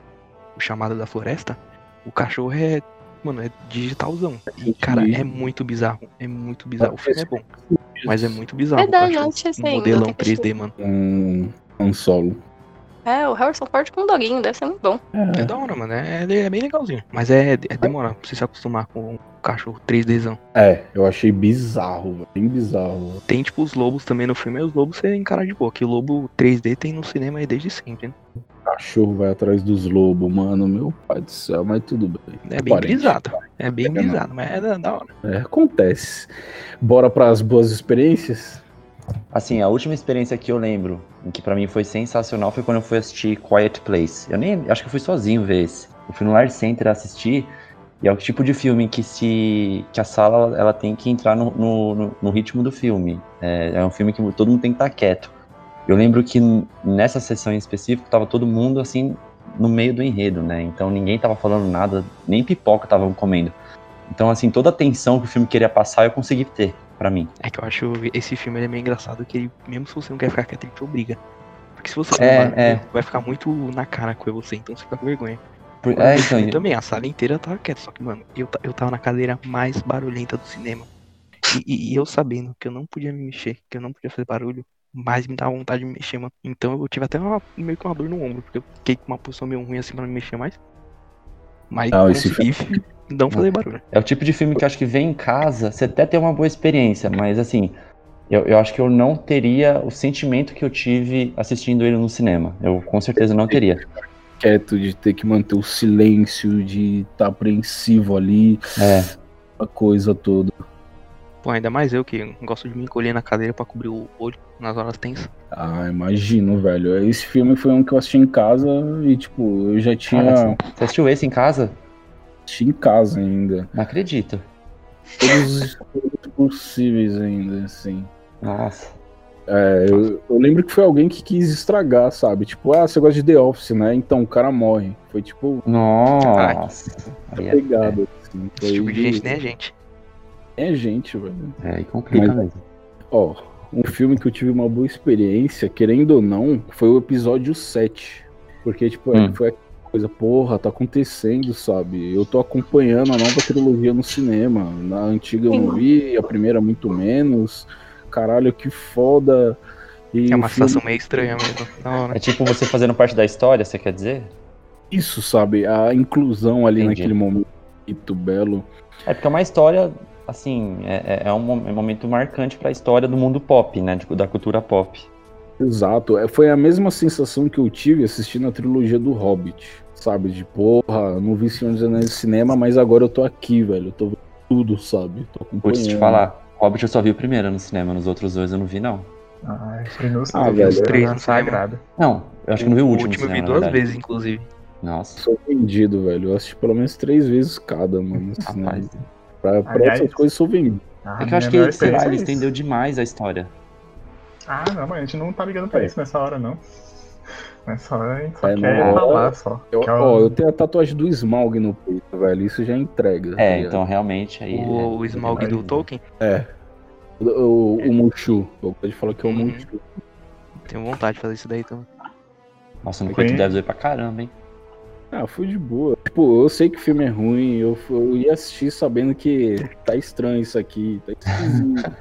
Speaker 3: o Chamado da Floresta, o cachorro é. Mano, é digitalzão. E, cara, é muito bizarro. É muito bizarro. O filme é bom, mas é muito bizarro. o
Speaker 7: Verdade, eu
Speaker 3: cachorro.
Speaker 7: assisti isso
Speaker 3: Um
Speaker 7: aí.
Speaker 3: modelão 3D, mano.
Speaker 1: Um, um solo.
Speaker 7: É, o Harrison Ford com um doguinho, deve ser muito bom.
Speaker 3: É da hora, mano. É, ele é bem legalzinho. Mas é, é demorar pra você se acostumar com um cachorro 3Dzão.
Speaker 1: É, eu achei bizarro, velho, bem bizarro.
Speaker 3: Tem, tipo, os lobos também no filme. E os lobos você encara de boa. Que o lobo 3D tem no cinema aí desde sempre, né?
Speaker 1: Cachorro vai atrás dos lobos, mano. Meu pai do céu, mas tudo bem.
Speaker 3: É bem
Speaker 1: Aparente.
Speaker 3: brisado. É bem
Speaker 1: É, não.
Speaker 3: brisado, mas é da, da hora.
Speaker 1: É, acontece. Bora pras boas experiências?
Speaker 5: Assim, a última experiência que eu lembro, e que pra mim foi sensacional, foi quando eu fui assistir Quiet Place. Eu nem acho que eu fui sozinho ver esse. Eu fui no Lar Center assistir, e é o tipo de filme que se que a sala ela tem que entrar no, no, no- no ritmo do filme. É, é um filme que todo mundo tem que estar quieto. Eu lembro que n- nessa sessão em específico tava todo mundo assim no meio do enredo, né? Então ninguém tava falando nada, nem pipoca estavam comendo. Então assim, toda a tensão que o filme queria passar, eu consegui ter pra mim.
Speaker 3: É que eu acho esse filme ele é meio engraçado. Que ele, mesmo se você não quer ficar quieto, ele te obriga. Porque se você
Speaker 5: É,
Speaker 3: não vai,
Speaker 5: é.
Speaker 3: vai ficar muito na cara com você, então você fica com vergonha.
Speaker 5: Por- é, então,
Speaker 3: [laughs] Eu também, a sala inteira tava quieta, só que, mano, eu, ta- eu tava na cadeira mais barulhenta do cinema. E, e- e eu sabendo que eu não podia me mexer, que eu não podia fazer barulho, mas me dava vontade de me mexer, mano. Então eu tive até uma- meio que uma dor no ombro, porque eu fiquei com uma posição meio ruim assim pra não me mexer mais. Mas
Speaker 1: Ah, esse
Speaker 3: consegui [laughs]
Speaker 5: Hum.
Speaker 3: não fazer barulho.
Speaker 5: É o tipo de filme que eu acho que vem em casa, você até tem uma boa experiência, mas assim, Eu, eu acho que eu não teria o sentimento que eu tive assistindo ele no cinema. Eu com certeza não teria.
Speaker 1: Quieto, de ter que manter o silêncio, de estar apreensivo ali,
Speaker 5: É.
Speaker 1: a coisa toda.
Speaker 3: Pô, ainda mais eu que gosto de me encolher na cadeira pra cobrir o olho nas horas tensas.
Speaker 1: Ah, imagino, velho. Esse filme foi um que eu assisti em casa e, tipo, eu já tinha.
Speaker 5: Cara, assim, Você assistiu esse em casa?
Speaker 1: assisti em casa ainda.
Speaker 5: Não acredito.
Speaker 1: Todos os todos possíveis ainda, assim.
Speaker 5: Nossa.
Speaker 1: É, eu, eu lembro que foi alguém que quis estragar, sabe? Tipo, ah, você gosta de The Office, né? Então o cara morre. Foi tipo,
Speaker 5: Nossa. Aí é,
Speaker 1: pegado. Assim. Foi
Speaker 3: Esse tipo de gente nem é gente.
Speaker 1: É gente, velho.
Speaker 5: é, aí complica
Speaker 1: Mas-
Speaker 5: mesmo.
Speaker 1: Ó, um filme que eu tive uma boa experiência, querendo ou não, foi o episódio 7. Porque, tipo, é,
Speaker 5: Hum.
Speaker 1: foi aquela coisa, porra, tá acontecendo, sabe? Eu tô acompanhando a nova trilogia no cinema. Na antiga eu não vi, a primeira muito menos. Caralho, que foda. E
Speaker 3: É
Speaker 1: o
Speaker 3: uma
Speaker 1: filme-
Speaker 3: sensação meio estranha mesmo. Da hora.
Speaker 5: É tipo você fazendo parte da história, você quer dizer?
Speaker 1: isso, sabe? A inclusão ali
Speaker 5: Entendi.
Speaker 1: naquele momento muito belo.
Speaker 5: É porque é uma história, assim, é, é- é um, mo- é um momento marcante pra história do mundo pop, né? Tipo, da cultura pop.
Speaker 1: Exato. É, Foi a mesma sensação que eu tive assistindo a trilogia do Hobbit. Sabe? De porra, não vi Senhor dos Anéis no cinema, mas agora eu tô aqui, velho. Eu tô vendo tudo, sabe? Tô
Speaker 5: Vou
Speaker 1: acompanhando.
Speaker 5: te falar, Hobbit eu só vi o primeiro no cinema, nos outros dois eu não vi, não.
Speaker 2: Ah, eu fui no
Speaker 1: Ah,
Speaker 2: eu
Speaker 1: velho, É
Speaker 2: fui no
Speaker 3: três
Speaker 2: cinema
Speaker 3: no cinema.
Speaker 2: sagrado.
Speaker 5: Não, eu acho que eu não vi o último, no
Speaker 3: eu vi
Speaker 5: cinema, na
Speaker 3: duas
Speaker 5: verdade.
Speaker 3: vezes, inclusive.
Speaker 5: Nossa,
Speaker 1: Sou vendido, velho. Eu assisti pelo menos três vezes cada, mano. no cinema.
Speaker 5: rapaz.
Speaker 1: Pra, pra
Speaker 2: Aliás-
Speaker 1: essas coisas sou vendido.
Speaker 2: Ah,
Speaker 5: É que eu acho
Speaker 2: minha maior
Speaker 5: que, sei lá,
Speaker 2: experiência é
Speaker 5: ele
Speaker 2: isso.
Speaker 5: estendeu demais a história.
Speaker 2: Ah, não, mas a gente não tá ligando pra isso nessa hora, não. Nessa hora a gente só
Speaker 1: É,
Speaker 2: quer
Speaker 1: não.
Speaker 2: falar só. é
Speaker 1: Eu,
Speaker 2: Quer-
Speaker 1: ó, eu tenho a tatuagem do Smaug no peito, velho. Isso já entrega. tá
Speaker 5: É,
Speaker 1: ligado? É.
Speaker 5: então realmente aí. é-
Speaker 3: O, o Smaug do Tolkien,
Speaker 1: O, o, o Mushu. Eu gosto de falar que é o
Speaker 3: Uhum.
Speaker 1: Mushu.
Speaker 3: tenho vontade de fazer isso daí também.
Speaker 5: Nossa, no peito
Speaker 2: Sim.
Speaker 5: deve doer pra caramba, hein?
Speaker 1: Ah, foi de boa. Tipo, eu sei que o filme é ruim, eu, eu ia assistir sabendo que tá estranho isso aqui, tá
Speaker 3: [laughs]
Speaker 1: esquisito.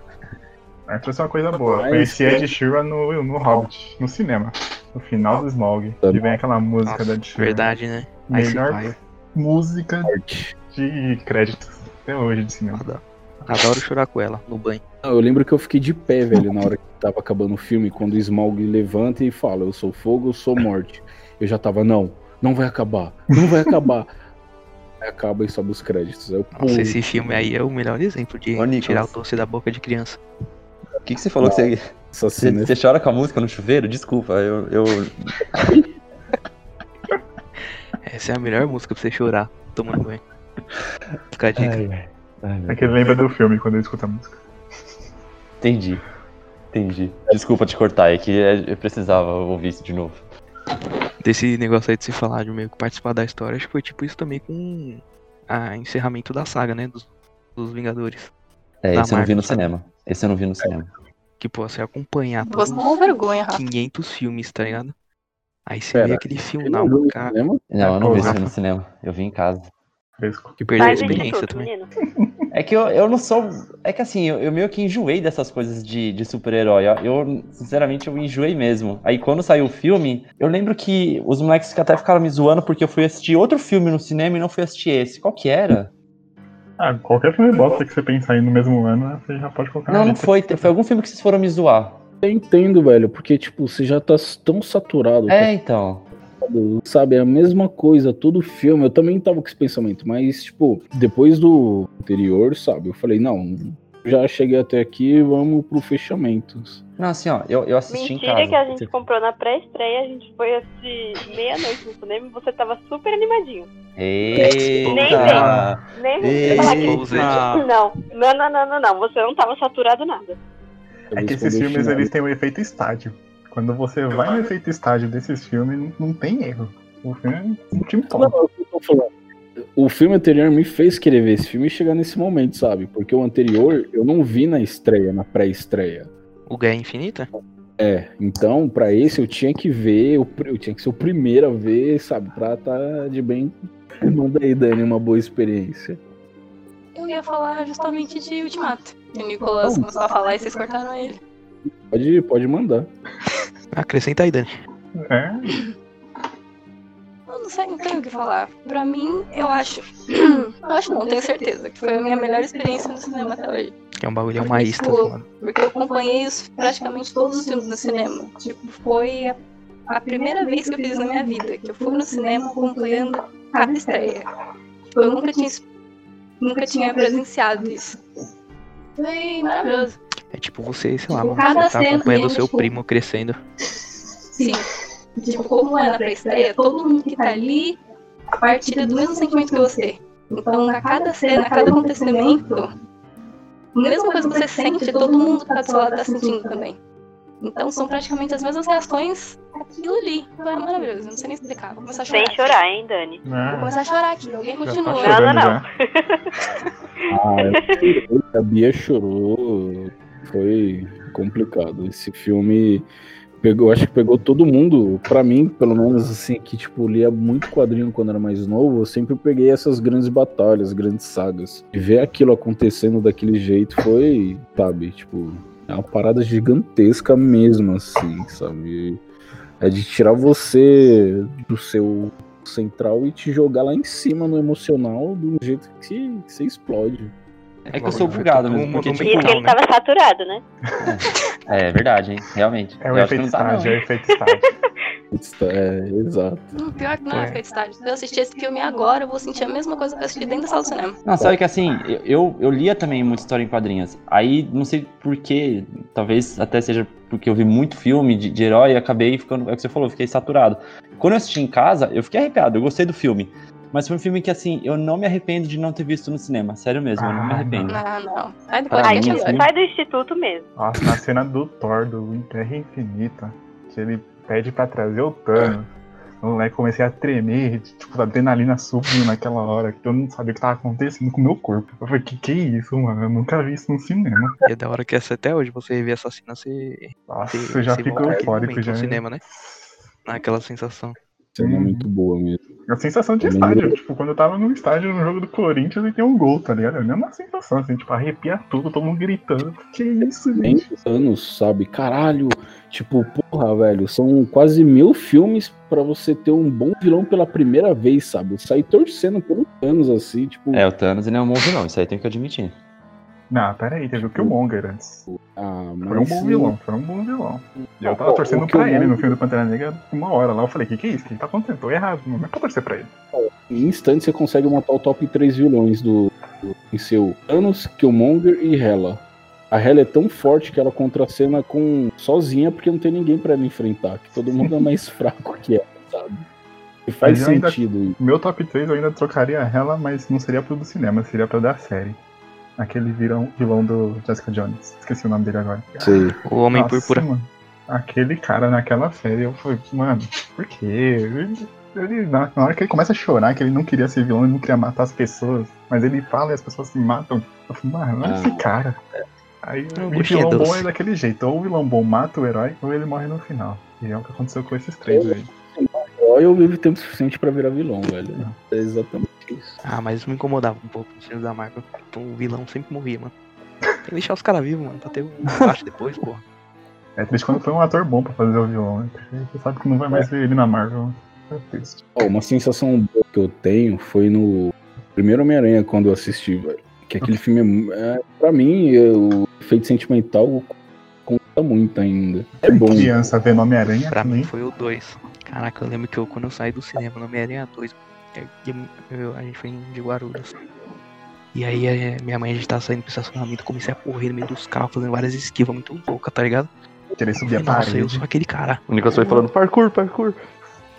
Speaker 2: Mas trouxe uma coisa boa.
Speaker 1: Mas-
Speaker 2: Eu conheci Ed Sheeran no, no Hobbit, no cinema. No final do Smog.
Speaker 1: Tá
Speaker 2: E vem aquela música da Ed Sheeran.
Speaker 3: Verdade, né? Aí se
Speaker 2: Melhor
Speaker 3: vai.
Speaker 2: música
Speaker 1: Forte.
Speaker 2: de créditos até hoje de cinema.
Speaker 3: Adoro. Adoro chorar com ela no banho.
Speaker 1: Não, eu lembro que eu fiquei de pé, velho, na hora que tava acabando o filme, quando o Smaug levanta e fala, eu sou fogo, eu sou morte. Eu já tava, não, não vai acabar, não vai acabar. [laughs] Aí acaba e sobe os créditos. Aí eu, pô,
Speaker 3: Nossa, esse filme aí é o melhor exemplo de
Speaker 5: Ô, Nicolas.
Speaker 3: tirar o doce da boca de criança.
Speaker 5: O que, que você falou
Speaker 1: Não.
Speaker 5: que você,
Speaker 1: essa
Speaker 5: você,
Speaker 1: cena
Speaker 5: você chora com a música no chuveiro? Desculpa, eu. eu...
Speaker 3: Essa é a melhor música pra você chorar tomando banho. Fica a dica.
Speaker 5: Ai, ai, meu
Speaker 2: É que ele lembra do filme quando ele escuta a música.
Speaker 5: Entendi. Entendi. Desculpa te cortar, é que é- eu precisava ouvir isso de novo.
Speaker 3: Desse negócio aí de se falar de meio que participar da história, acho que foi tipo isso também com a encerramento da saga, né? Dos, dos Vingadores.
Speaker 5: É,
Speaker 3: Da
Speaker 5: esse eu não
Speaker 3: Marvel,
Speaker 5: vi no
Speaker 3: sabe?
Speaker 5: cinema. Esse eu não vi no cinema.
Speaker 3: Que, pô, você acompanhar todos
Speaker 7: Você é uma vergonha,
Speaker 3: os
Speaker 7: Rafa.
Speaker 3: 500 filmes, tá ligado? Aí você
Speaker 1: Pera,
Speaker 3: vê aquele filme
Speaker 1: eu
Speaker 3: na
Speaker 1: não vi no
Speaker 3: cara
Speaker 1: cinema,
Speaker 5: Não, eu não
Speaker 2: Pô,
Speaker 5: vi esse
Speaker 2: Rafa.
Speaker 5: filme no cinema. Eu vi em casa.
Speaker 2: Fresco.
Speaker 3: que perdeu a
Speaker 6: Faz de
Speaker 3: experiência
Speaker 6: tudo,
Speaker 3: também.
Speaker 6: menino.
Speaker 5: É que eu, eu não sou. É que assim, eu, eu meio que enjoei dessas coisas de, de super-herói. ó. Eu, sinceramente, eu enjoei mesmo. Aí quando saiu o filme, eu lembro que os moleques até ficaram me zoando porque eu fui assistir outro filme no cinema e não fui assistir esse. Qual que era?
Speaker 2: Ah, qualquer filme bosta que você pensar aí no mesmo ano, você já pode colocar na
Speaker 5: Não, não
Speaker 2: lista.
Speaker 5: foi. Foi algum filme que vocês foram me zoar.
Speaker 1: eu entendo, velho, porque, tipo, você já tá tão saturado,
Speaker 5: É, então.
Speaker 1: sabe? Sabe, é a mesma coisa, todo filme. Eu também tava com esse pensamento, mas, tipo, depois do anterior, sabe? Eu falei, não, já cheguei até aqui, vamos pro fechamento.
Speaker 5: Não, assim, ó, eu, eu assisti em
Speaker 6: Mentira
Speaker 5: casa.
Speaker 6: que a gente comprou na pré-estreia, a gente foi assim, meia-noite no cinema e você tava super animadinho.
Speaker 3: Ah.
Speaker 5: Eita!
Speaker 6: Nem você falar que...
Speaker 5: Eita!
Speaker 6: Não, não, não, não, não, não, você não tava saturado nada.
Speaker 2: É que esses filmes eles têm o efeito estádio. Quando você vai no efeito estádio desses filmes, não, não tem erro. O filme um não te
Speaker 1: Não,
Speaker 2: empolga.
Speaker 1: é o que eu tô falando. O filme anterior me fez querer ver esse filme e chegar nesse momento, sabe? Porque o anterior eu não vi na estreia, na pré-estreia.
Speaker 3: O Guerra Infinita?
Speaker 1: É, então, pra esse eu tinha que ver, eu, eu tinha que ser o primeiro a ver, sabe? Pra tá de bem. [laughs] Manda aí, Dani, uma boa experiência.
Speaker 7: Eu ia falar justamente de Ultimato. E o Nicolas
Speaker 1: Não.
Speaker 7: começou a falar e vocês cortaram ele.
Speaker 1: Pode, pode mandar.
Speaker 3: Acrescenta aí, Dani.
Speaker 2: É,
Speaker 7: Eu não sei, não tenho o que falar. Pra [clears throat] mim, eu acho. eu acho não, tenho certeza, que foi a minha melhor experiência no cinema até hoje.
Speaker 3: Que é um bagulho, é uma extra.
Speaker 8: tipo,
Speaker 7: Pô.
Speaker 3: mano.
Speaker 7: Porque eu acompanhei os- praticamente todos os filmes no cinema. Tipo, foi a, a primeira vez que eu fiz na minha vida, que eu fui no cinema acompanhando cada estreia. Tipo, eu nunca tinha, es- nunca tinha presenciado isso. Foi maravilhoso.
Speaker 3: É tipo você, sei lá,
Speaker 8: Tipo,
Speaker 3: mano,
Speaker 8: cada
Speaker 3: você tá
Speaker 8: cena
Speaker 3: acompanhando o
Speaker 8: mesmo,
Speaker 3: seu
Speaker 8: tipo-
Speaker 3: primo crescendo.
Speaker 8: Sim.
Speaker 7: Tipo, como é na pré-estreia, todo mundo que tá ali partilha do mesmo sentimento que você. Então, a cada cena, a cada acontecimento, a mesma coisa que você sente, todo mundo que tá do seu lado tá sentindo também. Então, são praticamente as mesmas reações aquilo ali. Foi maravilhoso, não sei nem explicar. Vou começar a chorar.
Speaker 6: Sem chorar, hein, Dani?
Speaker 7: Vou
Speaker 2: Né?
Speaker 7: começar a chorar aqui, alguém
Speaker 2: Já tá
Speaker 7: continua.
Speaker 6: chorando.
Speaker 2: chorando
Speaker 6: não.
Speaker 2: já.
Speaker 1: Ah, eu chorei, a Bia chorou. Foi complicado. Esse filme pegou, acho que pegou todo mundo. Pra mim, pelo menos assim, que tipo lia muito quadrinho quando era mais novo, eu sempre peguei essas grandes batalhas, grandes sagas. E ver aquilo acontecendo daquele jeito foi, sabe, tipo, é uma parada gigantesca mesmo assim, sabe? É de tirar você do seu central e te jogar lá em cima no emocional de um jeito que você explode.
Speaker 5: É que eu sou bugado mesmo, porque,
Speaker 6: E
Speaker 5: tipo,
Speaker 6: porque ele
Speaker 3: né?
Speaker 6: tava saturado, né?
Speaker 5: É verdade, hein? Realmente.
Speaker 2: É o
Speaker 5: Eu acho que
Speaker 2: efeito
Speaker 5: não tá, não,
Speaker 2: estágio, é
Speaker 5: hein?
Speaker 2: o efeito estágio.
Speaker 1: Está- É, exato.
Speaker 7: Hum, Pior que não
Speaker 3: É.
Speaker 7: é ficar de estágio. Se eu assistir esse filme agora, eu vou sentir a mesma coisa que eu assisti dentro da sala do cinema.
Speaker 5: Não, sabe que assim, eu- eu, eu lia também muita história em quadrinhos. Aí, não sei porquê, talvez até seja porque eu vi muito filme de, de herói e acabei ficando. É o que você falou, eu fiquei saturado. Quando eu assisti em casa, eu fiquei arrepiado, eu gostei do filme. Mas foi um filme que, assim, eu não me arrependo de não ter visto no cinema. Sério mesmo, eu não me
Speaker 2: Ah,
Speaker 5: arrependo.
Speaker 7: Não, não. Sai do
Speaker 5: Pra
Speaker 6: Aí
Speaker 5: mim,
Speaker 7: podcast agora.
Speaker 5: assim-
Speaker 6: sai do instituto mesmo.
Speaker 2: Nossa, na cena do Thor, do Terra Infinita, que ele pede pra trazer o Thanos. Eu moleque comecei a tremer, tipo, a adrenalina subindo naquela hora, que eu não sabia o que tava acontecendo com o meu corpo. Eu falei, que que é isso, mano? Eu nunca vi isso no cinema.
Speaker 3: E é da hora que essa até hoje você rever essa cena, você,
Speaker 2: Nossa,
Speaker 3: você,
Speaker 2: eu já
Speaker 3: você
Speaker 2: fico
Speaker 3: volta naquele
Speaker 2: eufórico
Speaker 3: momento
Speaker 2: já.
Speaker 3: no é cinema, né? Aquela sensação.
Speaker 1: Cena
Speaker 2: Uhum.
Speaker 1: muito boa mesmo.
Speaker 2: A sensação de
Speaker 1: Eu
Speaker 2: estádio,
Speaker 1: lembro-
Speaker 2: tipo, quando eu tava no estádio no jogo do Corinthians e tem um gol, tá ligado? É a mesma sensação, assim, tipo, arrepia tudo, todo mundo gritando. Que é isso, gente?
Speaker 1: Nem anos, sabe? Caralho. Tipo, porra, velho. São quase mil filmes pra você ter um bom vilão pela primeira vez, sabe? Sair torcendo por anos assim, tipo.
Speaker 5: É, o Thanos ele não é um bom vilão, isso aí tem que admitir.
Speaker 2: Não, pera aí, teve o Killmonger antes.
Speaker 1: Ah, mas.
Speaker 2: Foi um bom vilão, foi um bom vilão. E eu tava
Speaker 1: Ó,
Speaker 2: torcendo
Speaker 1: o
Speaker 2: pra ele
Speaker 1: Killmonger-
Speaker 2: no filme do Pantera Negra uma hora lá. Eu falei, que que é isso? O que tá acontecendo? Tô errado, não é pra torcer pra ele.
Speaker 1: Em um instante você consegue montar o top 3 vilões do, do em seu Thanos, Killmonger e Hela. A Hela é tão forte que ela contracena com sozinha porque não tem ninguém pra ela enfrentar. Que todo mundo é mais [laughs] fraco que ela, sabe? E faz
Speaker 2: Mas eu ainda-
Speaker 1: sentido isso.
Speaker 2: Meu top 3 eu ainda trocaria ela, mas não seria pro do cinema, seria pra da série. Aquele vilão, vilão do Jessica Jones. Esqueci o nome dele agora.
Speaker 3: O Homem
Speaker 2: Nossa,
Speaker 3: Púrpura.
Speaker 2: mano. Aquele cara naquela série, eu falei, mano, por quê? Ele, ele- na, na hora que ele começa a chorar, que ele não queria ser vilão, ele não queria matar as pessoas, mas ele fala e as pessoas se matam. Eu falei, mano, olha
Speaker 1: Ah.
Speaker 2: esse cara. Aí o
Speaker 3: gostei
Speaker 2: vilão
Speaker 3: dos-
Speaker 2: bom é daquele jeito, ou o vilão bom mata o herói, ou ele morre no final. E é o que aconteceu com esses três aí.
Speaker 1: herói ou vive tempo suficiente pra virar vilão, velho. É exatamente isso.
Speaker 3: Ah, mas isso me incomodava um pouco nos filmes da Marvel. Então o vilão sempre morria, mano. Tem que deixar os caras vivos, mano, pra ter
Speaker 5: [laughs]
Speaker 3: um baixo depois, porra.
Speaker 2: É triste quando foi um ator bom pra fazer o vilão, né? Porque Você sabe que não vai mais ver ele na Marvel. É triste.
Speaker 1: Ó, uma sensação boa que eu tenho foi no primeiro Homem-Aranha quando eu assisti, velho. Que aquele filme é mu- é, Pra mim, é, o efeito sentimental conta muito ainda. É bom.
Speaker 2: Criança vendo Homem-Aranha,
Speaker 3: Pra mim
Speaker 2: nem
Speaker 3: foi o 2. Caraca, eu lembro que eu, quando eu saí do cinema no Homem-Aranha 2, eu- eu- a gente foi em- de Guarulhos. E aí eh, minha mãe, a gente tava saindo pro estacionamento, comecei a correr no meio dos carros, fazendo várias esquivas muito louca, tá ligado?
Speaker 2: querer
Speaker 3: Eu
Speaker 2: subir a
Speaker 3: falei, Nossa, eu
Speaker 2: parede.
Speaker 3: sou aquele cara.
Speaker 5: O Nicolas foi falando parkour, parkour.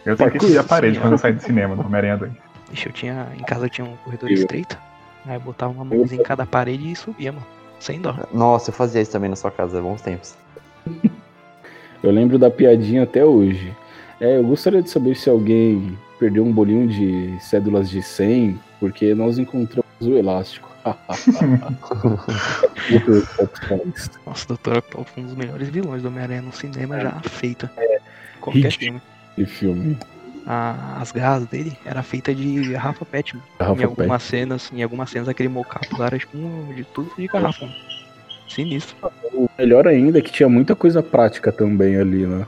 Speaker 2: Eu tenho que
Speaker 1: Parkour,
Speaker 2: subir a parede
Speaker 3: sim,
Speaker 2: quando
Speaker 3: ó.
Speaker 2: eu sair do cinema do Homem-Aranha 2.
Speaker 3: Ixi, eu tinha. Em casa eu tinha um corredor
Speaker 1: Eu.
Speaker 3: estreito. Aí eu botava uma mãozinha em cada parede e subia, mano. Sem dó.
Speaker 5: Nossa, eu fazia isso também na sua casa, bons tempos.
Speaker 1: Eu lembro da piadinha até hoje. É, eu gostaria de saber se alguém perdeu um bolinho de cédulas de 100, porque nós encontramos o elástico. [laughs]
Speaker 3: Nossa, Doutor Octopus foi um dos melhores vilões do Homem-Aranha no cinema já feita. Qualquer
Speaker 1: Ridículo.
Speaker 3: filme.
Speaker 1: Que filme.
Speaker 3: A- as garras dele era feita de garrafa pet, mano. em
Speaker 1: Garrafa Pet.
Speaker 3: algumas cenas, em algumas cenas aquele mocapo lá era tipo um- de tudo de garrafa. mano. Sinistro.
Speaker 1: O melhor ainda é que tinha muita coisa prática também ali, né?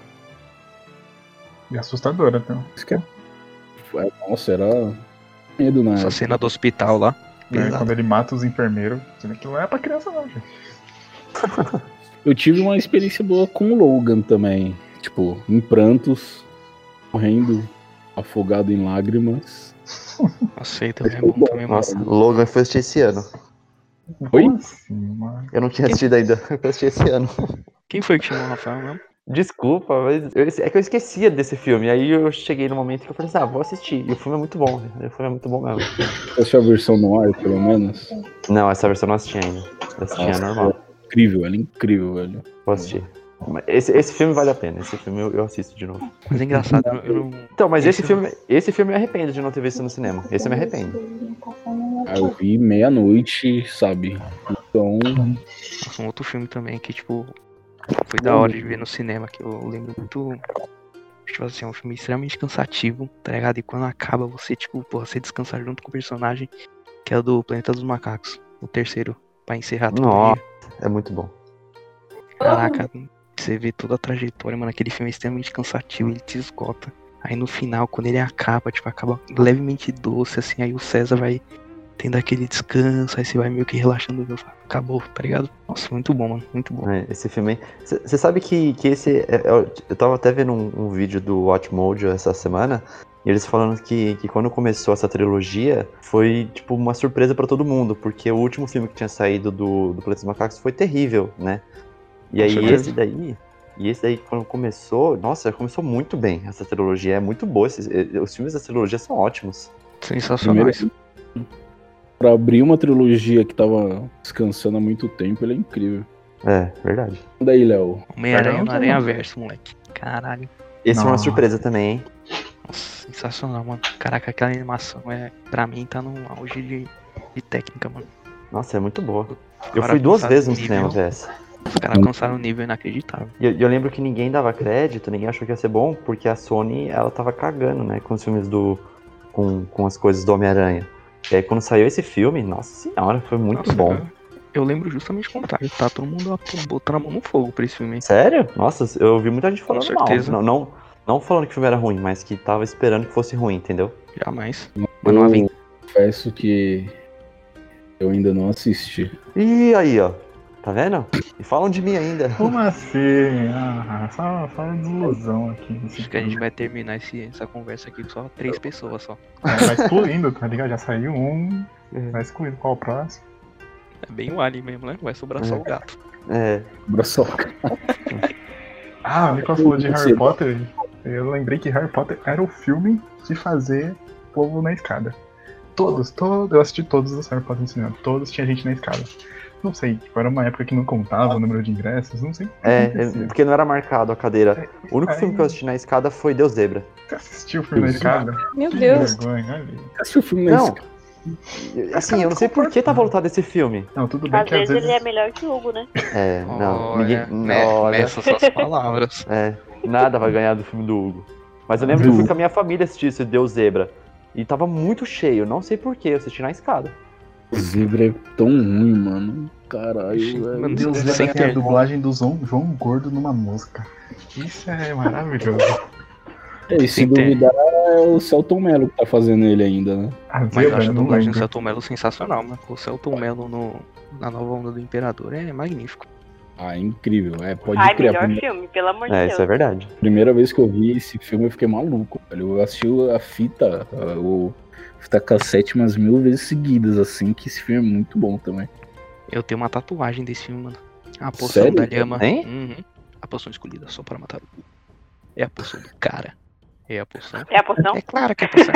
Speaker 2: E É assustadora, então.
Speaker 1: Isso que é... Ué, é, Nossa, era medo na
Speaker 3: Essa
Speaker 1: época.
Speaker 3: cena do hospital lá.
Speaker 2: Né,
Speaker 9: Exato.
Speaker 2: Quando ele mata os enfermeiros. Sendo que não é pra criança, não, gente.
Speaker 1: Eu tive uma experiência boa com o Logan também. Tipo, em prantos, correndo, afogado em lágrimas.
Speaker 3: Nossa, aí também é bom, também é massa.
Speaker 5: Logan foi assistir esse ano.
Speaker 1: Oi?
Speaker 2: Como assim, mano?
Speaker 5: Eu não tinha assistido ainda. [laughs] Eu fui assistir esse ano.
Speaker 3: Quem foi que chamou o Rafael mesmo?
Speaker 5: Desculpa, mas eu- é que eu esquecia desse filme. Aí eu cheguei no momento que eu falei assim, ah, vou assistir. E o filme é muito bom, velho. O filme é muito bom mesmo.
Speaker 1: Essa é a versão no ar, pelo menos.
Speaker 5: Não, essa versão eu não assisti ainda. Eu assisti a
Speaker 1: Nossa,
Speaker 5: é normal.
Speaker 1: Incrível, ela é incrível, velho.
Speaker 5: Vou assistir. Mas Esse, esse filme vale a pena. Esse filme eu, eu assisto de novo.
Speaker 3: Mas é engraçado, eu, eu não.
Speaker 5: Então, mas esse,
Speaker 3: Esse
Speaker 5: filme, esse filme eu me arrependo de não ter visto no cinema. Esse eu me arrependo.
Speaker 1: Ah, eu vi meia-noite, sabe? Então,
Speaker 3: Nossa, um outro filme também que, tipo, foi da hora de ver no cinema, que eu lembro muito. Tipo assim, é um filme extremamente cansativo, tá ligado? E quando acaba, você, tipo, pô, você descansa junto com o personagem, que é o do Planeta dos Macacos, o terceiro, pra encerrar tudo.
Speaker 5: Nossa. É muito bom.
Speaker 3: Caraca, você vê toda a trajetória, mano. Aquele filme é extremamente cansativo, ele te esgota. Aí no final, quando ele acaba, tipo, acaba levemente doce, assim, aí o César vai tendo aquele descanso, aí você vai meio que relaxando, viu? Fala, acabou, tá ligado? Nossa, muito bom, mano, muito bom.
Speaker 5: É, Esse filme Você sabe que, que esse. é- é o- eu tava até vendo um, um vídeo do Watch Mojo essa semana. E eles falando que, que quando começou essa trilogia, foi tipo uma surpresa pra todo mundo, porque o último filme que tinha saído do, do Planeta dos Macacos foi terrível, né? E
Speaker 3: Com
Speaker 5: aí
Speaker 3: certeza.
Speaker 5: esse daí. E esse daí, quando começou, nossa, começou muito bem essa trilogia. É muito boa. esses- eh, os filmes da trilogia são ótimos.
Speaker 3: Sensacional.
Speaker 1: primeiro.
Speaker 3: isso.
Speaker 1: Pra abrir uma trilogia que tava descansando há muito tempo, ele é incrível.
Speaker 5: É, verdade.
Speaker 1: Daí, Léo.
Speaker 3: Homem-Aranha
Speaker 2: Caramba,
Speaker 3: no Aranha Verso, moleque. Caralho.
Speaker 5: Esse é uma
Speaker 2: Nossa.
Speaker 5: surpresa também, hein?
Speaker 3: Nossa, sensacional, mano. Caraca, aquela animação é, pra mim, tá num auge de, de técnica, mano.
Speaker 5: Nossa, é muito boa.
Speaker 3: Os
Speaker 5: Eu
Speaker 3: caras
Speaker 5: fui duas
Speaker 3: alcançaram
Speaker 5: vezes
Speaker 3: um
Speaker 5: no cinema
Speaker 3: nível-
Speaker 5: ver essa.
Speaker 3: Os caras alcançaram um nível inacreditável.
Speaker 5: E eu, e eu lembro que ninguém dava crédito, ninguém achou que ia ser bom, porque a Sony, ela tava cagando, né, com os filmes do... com, com as coisas do Homem-Aranha. E aí quando saiu esse filme, nossa senhora, foi muito
Speaker 3: Nossa,
Speaker 5: bom.
Speaker 3: cara, Eu lembro justamente o contrário, tá todo mundo ap- botando a mão no fogo pra esse filme. hein?
Speaker 5: Sério? Nossa, eu ouvi muita gente
Speaker 3: Com
Speaker 5: falando mal.
Speaker 3: certeza.
Speaker 5: Não, não, não falando que o filme era ruim, mas que tava esperando que fosse ruim, entendeu?
Speaker 3: Jamais.
Speaker 1: Eu
Speaker 3: Mano, uma vez-
Speaker 1: confesso que eu ainda não assisti.
Speaker 5: E aí, ó. Tá vendo? E falam de mim ainda.
Speaker 2: Como assim? Ah, só, só uma desilusão aqui. nesse
Speaker 3: Acho que a gente
Speaker 2: filme.
Speaker 3: vai terminar esse- essa conversa aqui com só três pessoas só.
Speaker 2: É, vai excluindo, tá ligado? Já saiu um,
Speaker 5: É.
Speaker 2: vai excluindo. Qual o próximo?
Speaker 3: É bem o Ali mesmo, né? Vai sobrar só o gato.
Speaker 5: É,
Speaker 1: Abraço. [laughs]
Speaker 2: Ah, o Nicolas falou de
Speaker 1: Sim.
Speaker 2: Harry Potter. Eu lembrei que Harry Potter era o filme de fazer povo na escada. Todos, todos. Eu assisti todos os Harry Potter no cinema. Todos tinha gente na escada. Não sei, tipo, era uma época que não contava o número de ingressos, não sei. o que
Speaker 5: é,
Speaker 2: acontecia.
Speaker 5: é, porque não era marcado a cadeira. O único
Speaker 2: Aí,
Speaker 5: filme que eu assisti na escada foi Deus Zebra.
Speaker 2: Você assistiu o filme na
Speaker 1: Isso.
Speaker 2: escada?
Speaker 7: Meu
Speaker 2: Que
Speaker 7: Deus.
Speaker 2: vergonha, olha aí.
Speaker 1: Assistiu o filme na
Speaker 5: Não.
Speaker 1: escada.
Speaker 5: Assim, eu não sei por que tá voltado esse filme.
Speaker 2: Não, tudo bem
Speaker 6: Às
Speaker 2: que às
Speaker 6: vezes
Speaker 2: vezes.
Speaker 6: ele é melhor que o Hugo, né?
Speaker 5: É, não. Ninguém.
Speaker 3: né,
Speaker 5: Olha.
Speaker 3: Nessas suas
Speaker 5: [laughs]
Speaker 3: palavras.
Speaker 5: É, nada vai ganhar do filme do Hugo. Mas eu lembro que eu fui com a minha família assistir esse Deus Zebra. E tava muito cheio, não sei porquê, eu assisti na escada.
Speaker 1: O Zebra é tão ruim, mano. Caralho, velho.
Speaker 3: Mano,
Speaker 2: Deus
Speaker 3: sem
Speaker 2: lembra que é a
Speaker 3: ter-
Speaker 2: dublagem do Zon- João Gordo numa música. Isso é maravilhoso.
Speaker 1: É, e se
Speaker 3: Sim, tem.
Speaker 1: duvidar, é o Celton Mello que tá fazendo ele ainda, né?
Speaker 2: A
Speaker 3: Mas eu
Speaker 2: zebra,
Speaker 3: acho a
Speaker 2: Ah, eu não
Speaker 3: dublagem do
Speaker 2: lembro.
Speaker 3: Celton Mello sensacional, né? mano. é O Celton Mello no, na nova onda do Imperador é magnífico.
Speaker 1: Ah, é incrível. É, pode
Speaker 6: Ai,
Speaker 1: crer. A
Speaker 6: melhor
Speaker 1: prime-
Speaker 6: filme, pelo amor de
Speaker 5: É,
Speaker 6: Deus.
Speaker 5: isso é verdade.
Speaker 1: primeira vez que eu vi esse filme, eu fiquei maluco, velho. Eu assisti a fita, a- o fita cassete umas mil vezes seguidas, assim, que esse filme é muito bom também.
Speaker 3: Eu tenho uma tatuagem desse filme, mano. A poção
Speaker 1: Sério?
Speaker 3: da lhama.
Speaker 5: Hein?
Speaker 3: Uhum. A poção escolhida só para matar o Hugo. É a poção do cara. É a poção.
Speaker 6: É a poção?
Speaker 3: É claro que é
Speaker 2: [laughs]
Speaker 3: a poção.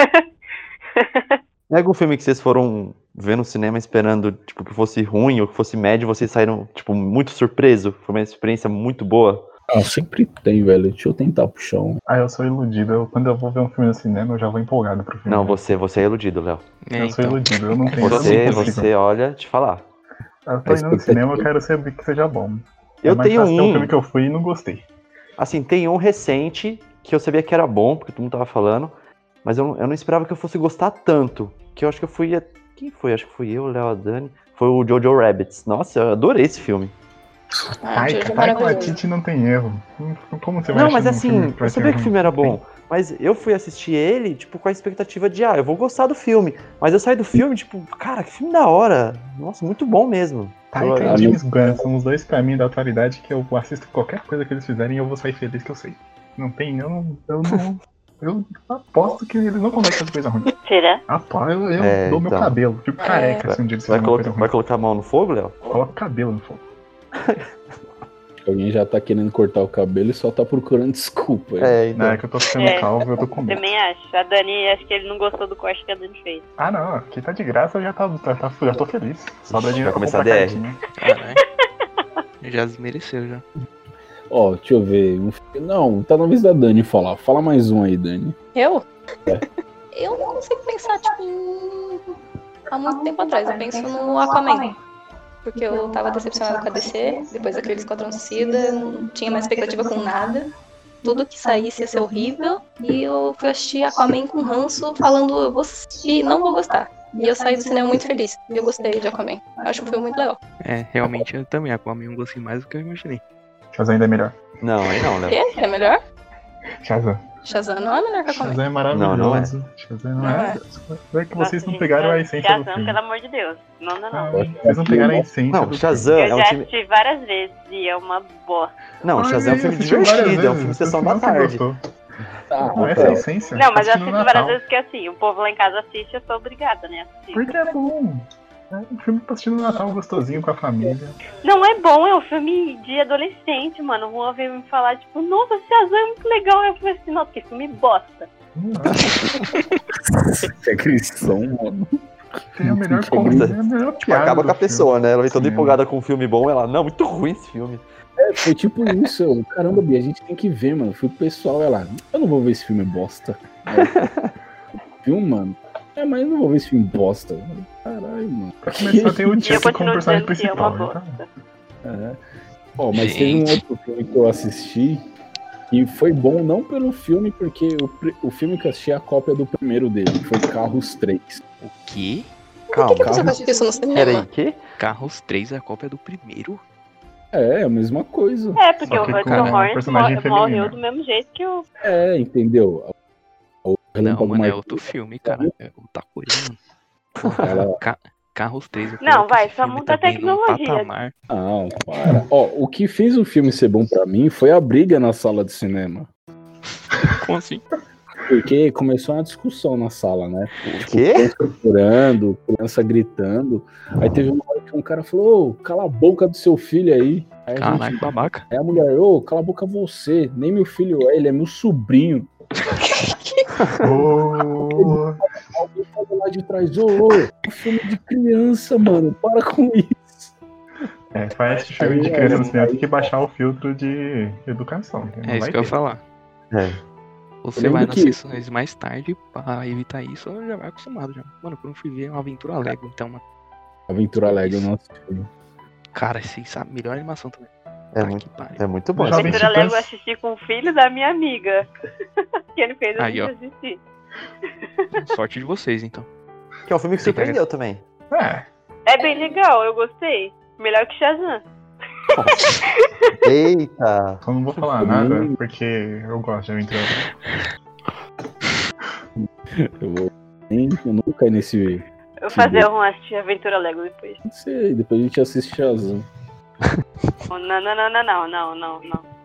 Speaker 5: É algum filme que vocês foram ver no cinema esperando, tipo, que fosse ruim ou que fosse médio, vocês saíram, tipo, muito surpreso? Foi uma experiência muito boa?
Speaker 1: Ah, sempre tem, velho. Deixa eu tentar puxar um.
Speaker 2: Ah, eu sou iludido. Eu- quando eu vou ver um filme no cinema, eu já vou empolgado pro filme.
Speaker 5: Não, você, você é iludido, Léo.
Speaker 3: É,
Speaker 2: eu sou
Speaker 3: então.
Speaker 2: iludido, eu não tenho
Speaker 5: Você,
Speaker 2: eu não consigo.
Speaker 5: você, olha, te falar.
Speaker 2: Eu tô indo no cinema, eu quero saber que seja bom. É
Speaker 5: Eu
Speaker 2: mais
Speaker 5: tenho
Speaker 2: fácil ter um
Speaker 5: um,
Speaker 2: filme que eu fui e não gostei.
Speaker 5: Assim, tem um recente que eu sabia que era bom, porque todo mundo tava falando, mas eu, eu não esperava que eu fosse gostar tanto. Que eu acho que eu fui. a- Quem foi? Acho que fui eu, Léo, a Dani. Foi o Jojo Rabbits. Nossa, eu adorei esse filme.
Speaker 7: Ah,
Speaker 2: Ai,
Speaker 7: Jojo é
Speaker 2: Taika
Speaker 7: maravilhoso.
Speaker 2: Waititi não tem erro. Hum, Como você vai
Speaker 5: não,
Speaker 2: achar
Speaker 5: mas
Speaker 2: um filme
Speaker 5: assim,
Speaker 2: que vai um
Speaker 5: eu
Speaker 2: ser
Speaker 5: sabia que o
Speaker 2: ruim?
Speaker 5: filme era bom.
Speaker 8: Mas eu fui assistir ele, tipo, com a expectativa de, ah, eu vou gostar do filme. Mas eu saí do filme, tipo, cara, que filme da hora. Nossa, muito bom mesmo.
Speaker 2: Tá,
Speaker 8: Eu-
Speaker 2: então,
Speaker 8: eu-
Speaker 2: James Gunn são os dois caminhos da atualidade que eu assisto qualquer coisa que eles fizerem e eu vou sair feliz que eu sei. Não tem, eu não. Eu, não, eu aposto que eles não conseguem fazer coisa ruim.
Speaker 6: Será?
Speaker 2: Rapaz, eu, eu
Speaker 8: É,
Speaker 2: dou meu
Speaker 8: então.
Speaker 2: cabelo. Tipo careca, se um dia eles
Speaker 8: Vai,
Speaker 2: fizerem uma coisa
Speaker 8: colocar,
Speaker 2: ruim.
Speaker 8: vai colocar a mão no fogo, Léo?
Speaker 2: Coloca o cabelo no fogo.
Speaker 1: Alguém já tá querendo cortar o cabelo e só tá procurando [laughs] desculpa.
Speaker 8: É,
Speaker 2: Na
Speaker 8: então.
Speaker 2: hora que eu tô ficando
Speaker 6: É.
Speaker 2: calvo, eu tô com medo.
Speaker 6: Também acho. A Dani, acho que ele não gostou do corte que a Dani fez.
Speaker 2: Ah não, aqui tá de graça, eu já, tá, já, tá, já tô feliz. Só dá
Speaker 8: Vai
Speaker 2: dinheiro pra
Speaker 8: começar
Speaker 2: comprar
Speaker 8: a DR.
Speaker 2: cartinha.
Speaker 3: Caralho. Ah, né? [laughs] Já desmereceu, já.
Speaker 1: Ó, deixa eu ver. um fi- Não, tá na vez da Dani falar. Fala mais um aí, Dani.
Speaker 7: Eu? Eu não consigo pensar, tipo, em- há muito um tempo atrás. Eu penso no Aquaman. Porque eu tava decepcionada com a DC, depois daquele Esquadrão Suicida, não tinha mais expectativa com nada. Tudo que saísse ia ser horrível. E eu fui assistir Aquaman com ranço, falando, eu vou assistir, não vou gostar. E eu saí do cinema muito feliz. E eu gostei de Aquaman. Eu acho um filme muito legal.
Speaker 3: É, realmente eu também. A Aquaman eu gostei mais do que eu imaginei.
Speaker 2: Shazam ainda é melhor.
Speaker 8: Não, aí não,
Speaker 6: [laughs]
Speaker 8: Léo.
Speaker 7: E é melhor?
Speaker 2: Shazam.
Speaker 7: Shazam não é melhor que Aquaman.
Speaker 2: Shazam é maravilhoso.
Speaker 8: Não, não é.
Speaker 2: Shazam não
Speaker 7: Não
Speaker 2: é. É
Speaker 6: Tá
Speaker 2: que vocês
Speaker 6: assim,
Speaker 2: não pegaram a essência do
Speaker 6: Shazam,
Speaker 2: filme.
Speaker 6: pelo amor de Deus. Não, não, não.
Speaker 2: Ah, Vocês não pegaram a essência
Speaker 8: Não,
Speaker 2: do
Speaker 8: Shazam é
Speaker 6: Eu
Speaker 8: um
Speaker 6: já
Speaker 8: time.
Speaker 6: assisti várias vezes e é uma bosta.
Speaker 8: Não,
Speaker 2: Olha
Speaker 8: Shazam é um
Speaker 2: aí,
Speaker 8: filme
Speaker 2: assistiu várias
Speaker 8: divertido, é um
Speaker 2: vezes,
Speaker 8: filme
Speaker 2: você
Speaker 8: sessão da
Speaker 2: não
Speaker 8: tarde.
Speaker 2: gostou.
Speaker 1: Tá,
Speaker 2: Não, essa é a
Speaker 1: Rafael.
Speaker 2: essência.
Speaker 6: Não, mas eu
Speaker 2: Assisti no
Speaker 6: assisto várias
Speaker 2: Natal.
Speaker 6: vezes que assim, o povo lá em casa assiste, eu sou obrigada, né? a assistir.
Speaker 2: Porque é bom. É um filme pra assistir no Natal gostosinho com a família.
Speaker 6: Não é bom, é um filme de adolescente, mano. O Juan veio me falar, tipo, nossa, esse Shazam é muito legal. Eu falei assim, nossa, que filme bosta.
Speaker 2: Não é.
Speaker 1: Você [laughs] é cristão, mano.
Speaker 2: Tem a melhor
Speaker 8: [laughs]
Speaker 1: Que
Speaker 2: conta,
Speaker 8: bonita.
Speaker 2: é a melhor piada.
Speaker 8: Tipo, Acaba
Speaker 2: do
Speaker 8: com a
Speaker 2: filme.
Speaker 8: pessoa, né? Ela vem toda
Speaker 2: Sim.
Speaker 8: empolgada com um filme bom, ela, não, muito ruim esse filme.
Speaker 1: Foi tipo isso. Eu, Caramba, Bia, a gente tem que ver, mano. Fui pro pessoal, ela. Eu não vou ver esse filme bosta. Aí eu, Viu, mano? É, mas eu não vou ver esse filme bosta. Caralho, mano. [laughs]
Speaker 2: Mas só tem o
Speaker 6: [laughs] E eu
Speaker 2: Chuck como
Speaker 6: continuo
Speaker 2: personagem
Speaker 6: dizendo que é uma
Speaker 2: principal. então.
Speaker 6: bosta.
Speaker 1: É. Ó, mas teve um
Speaker 3: Gente.
Speaker 1: outro filme que eu assisti e foi bom não pelo filme, porque o, pri- o filme que eu assisti é a cópia do primeiro dele, que foi Carros 3.
Speaker 3: O quê?
Speaker 8: Calma,
Speaker 7: Por que você
Speaker 8: calma.
Speaker 7: assistiu isso no
Speaker 8: Peraí,
Speaker 7: cinema?
Speaker 8: que?
Speaker 3: Carros 3 é a cópia do primeiro?
Speaker 1: É, a mesma coisa.
Speaker 6: É, porque
Speaker 2: Só
Speaker 6: o
Speaker 2: que
Speaker 6: Hudson
Speaker 2: com um
Speaker 6: Horns
Speaker 2: personagem
Speaker 6: mor-
Speaker 2: feminino.
Speaker 6: morreu do mesmo jeito que o.
Speaker 1: É, entendeu? O um
Speaker 3: Não,
Speaker 1: Relâmpago
Speaker 3: mano, é
Speaker 1: Marquinhos,
Speaker 3: outro filme, cara. É outra coisa, mano.
Speaker 1: ela-
Speaker 3: Ca- Carros 3 eu
Speaker 6: Não,
Speaker 3: coloco
Speaker 6: vai,
Speaker 3: esse
Speaker 6: só
Speaker 3: filme
Speaker 6: muda a
Speaker 3: também num
Speaker 6: tecnologia.
Speaker 3: patamar.
Speaker 1: Não, para. Ó, o que fez o filme ser bom pra mim foi a briga na sala de cinema.
Speaker 3: Como assim?
Speaker 1: Porque começou uma discussão na sala, né?
Speaker 8: O quê?
Speaker 1: Chorando, criança gritando. Aí teve uma hora que um cara falou, ô, cala a boca do seu filho aí. Aí a É gente
Speaker 3: Caralho, babaca.
Speaker 1: Aí a mulher, ô, cala a boca você, nem meu filho é, ele é meu sobrinho.
Speaker 2: Oh,
Speaker 1: Alguém falou lá de trás, ô, ô, é um filme de criança, mano, para com isso.
Speaker 2: é, faz esse filme de criança no cinema, tem que baixar o filtro de educação. né? Não
Speaker 3: É isso
Speaker 2: vai
Speaker 3: que eu
Speaker 2: ter.
Speaker 3: ia falar.
Speaker 8: É.
Speaker 3: Você
Speaker 1: lembro
Speaker 3: vai nas
Speaker 1: que-
Speaker 3: sessões mais tarde pra evitar isso, eu já vai acostumado já. Mano, quando eu fui ver é uma aventura Lego, então, mano.
Speaker 1: Aventura Lego,
Speaker 3: Isso.
Speaker 1: nossa.
Speaker 3: Cara, esse sabe, melhor animação também.
Speaker 8: É
Speaker 3: Tá
Speaker 8: muito-
Speaker 3: que pariu.
Speaker 8: É muito bom. esse
Speaker 2: Jovem
Speaker 6: Aventura
Speaker 8: filme.
Speaker 2: Titãs.
Speaker 6: Lego eu assisti com o filho da minha amiga. [laughs] que ele fez a
Speaker 3: Aí,
Speaker 6: gente
Speaker 3: ó.
Speaker 6: assistir.
Speaker 3: Sorte de vocês, então.
Speaker 8: Que é um filme que surpreendeu também.
Speaker 2: É,
Speaker 6: É bem legal, eu gostei. Melhor que Shazam.
Speaker 8: Eita!
Speaker 2: só não vou falar nada, porque eu gosto de aventura.
Speaker 1: Eu, vou- nem- eu nunca caí nesse.
Speaker 6: Eu
Speaker 1: Que
Speaker 6: fazer
Speaker 1: bom.
Speaker 6: um assistir Aventura Lego depois.
Speaker 1: Não sei, depois a gente assiste um. Shazam.
Speaker 6: Não, não, não, não, não, não, não, não.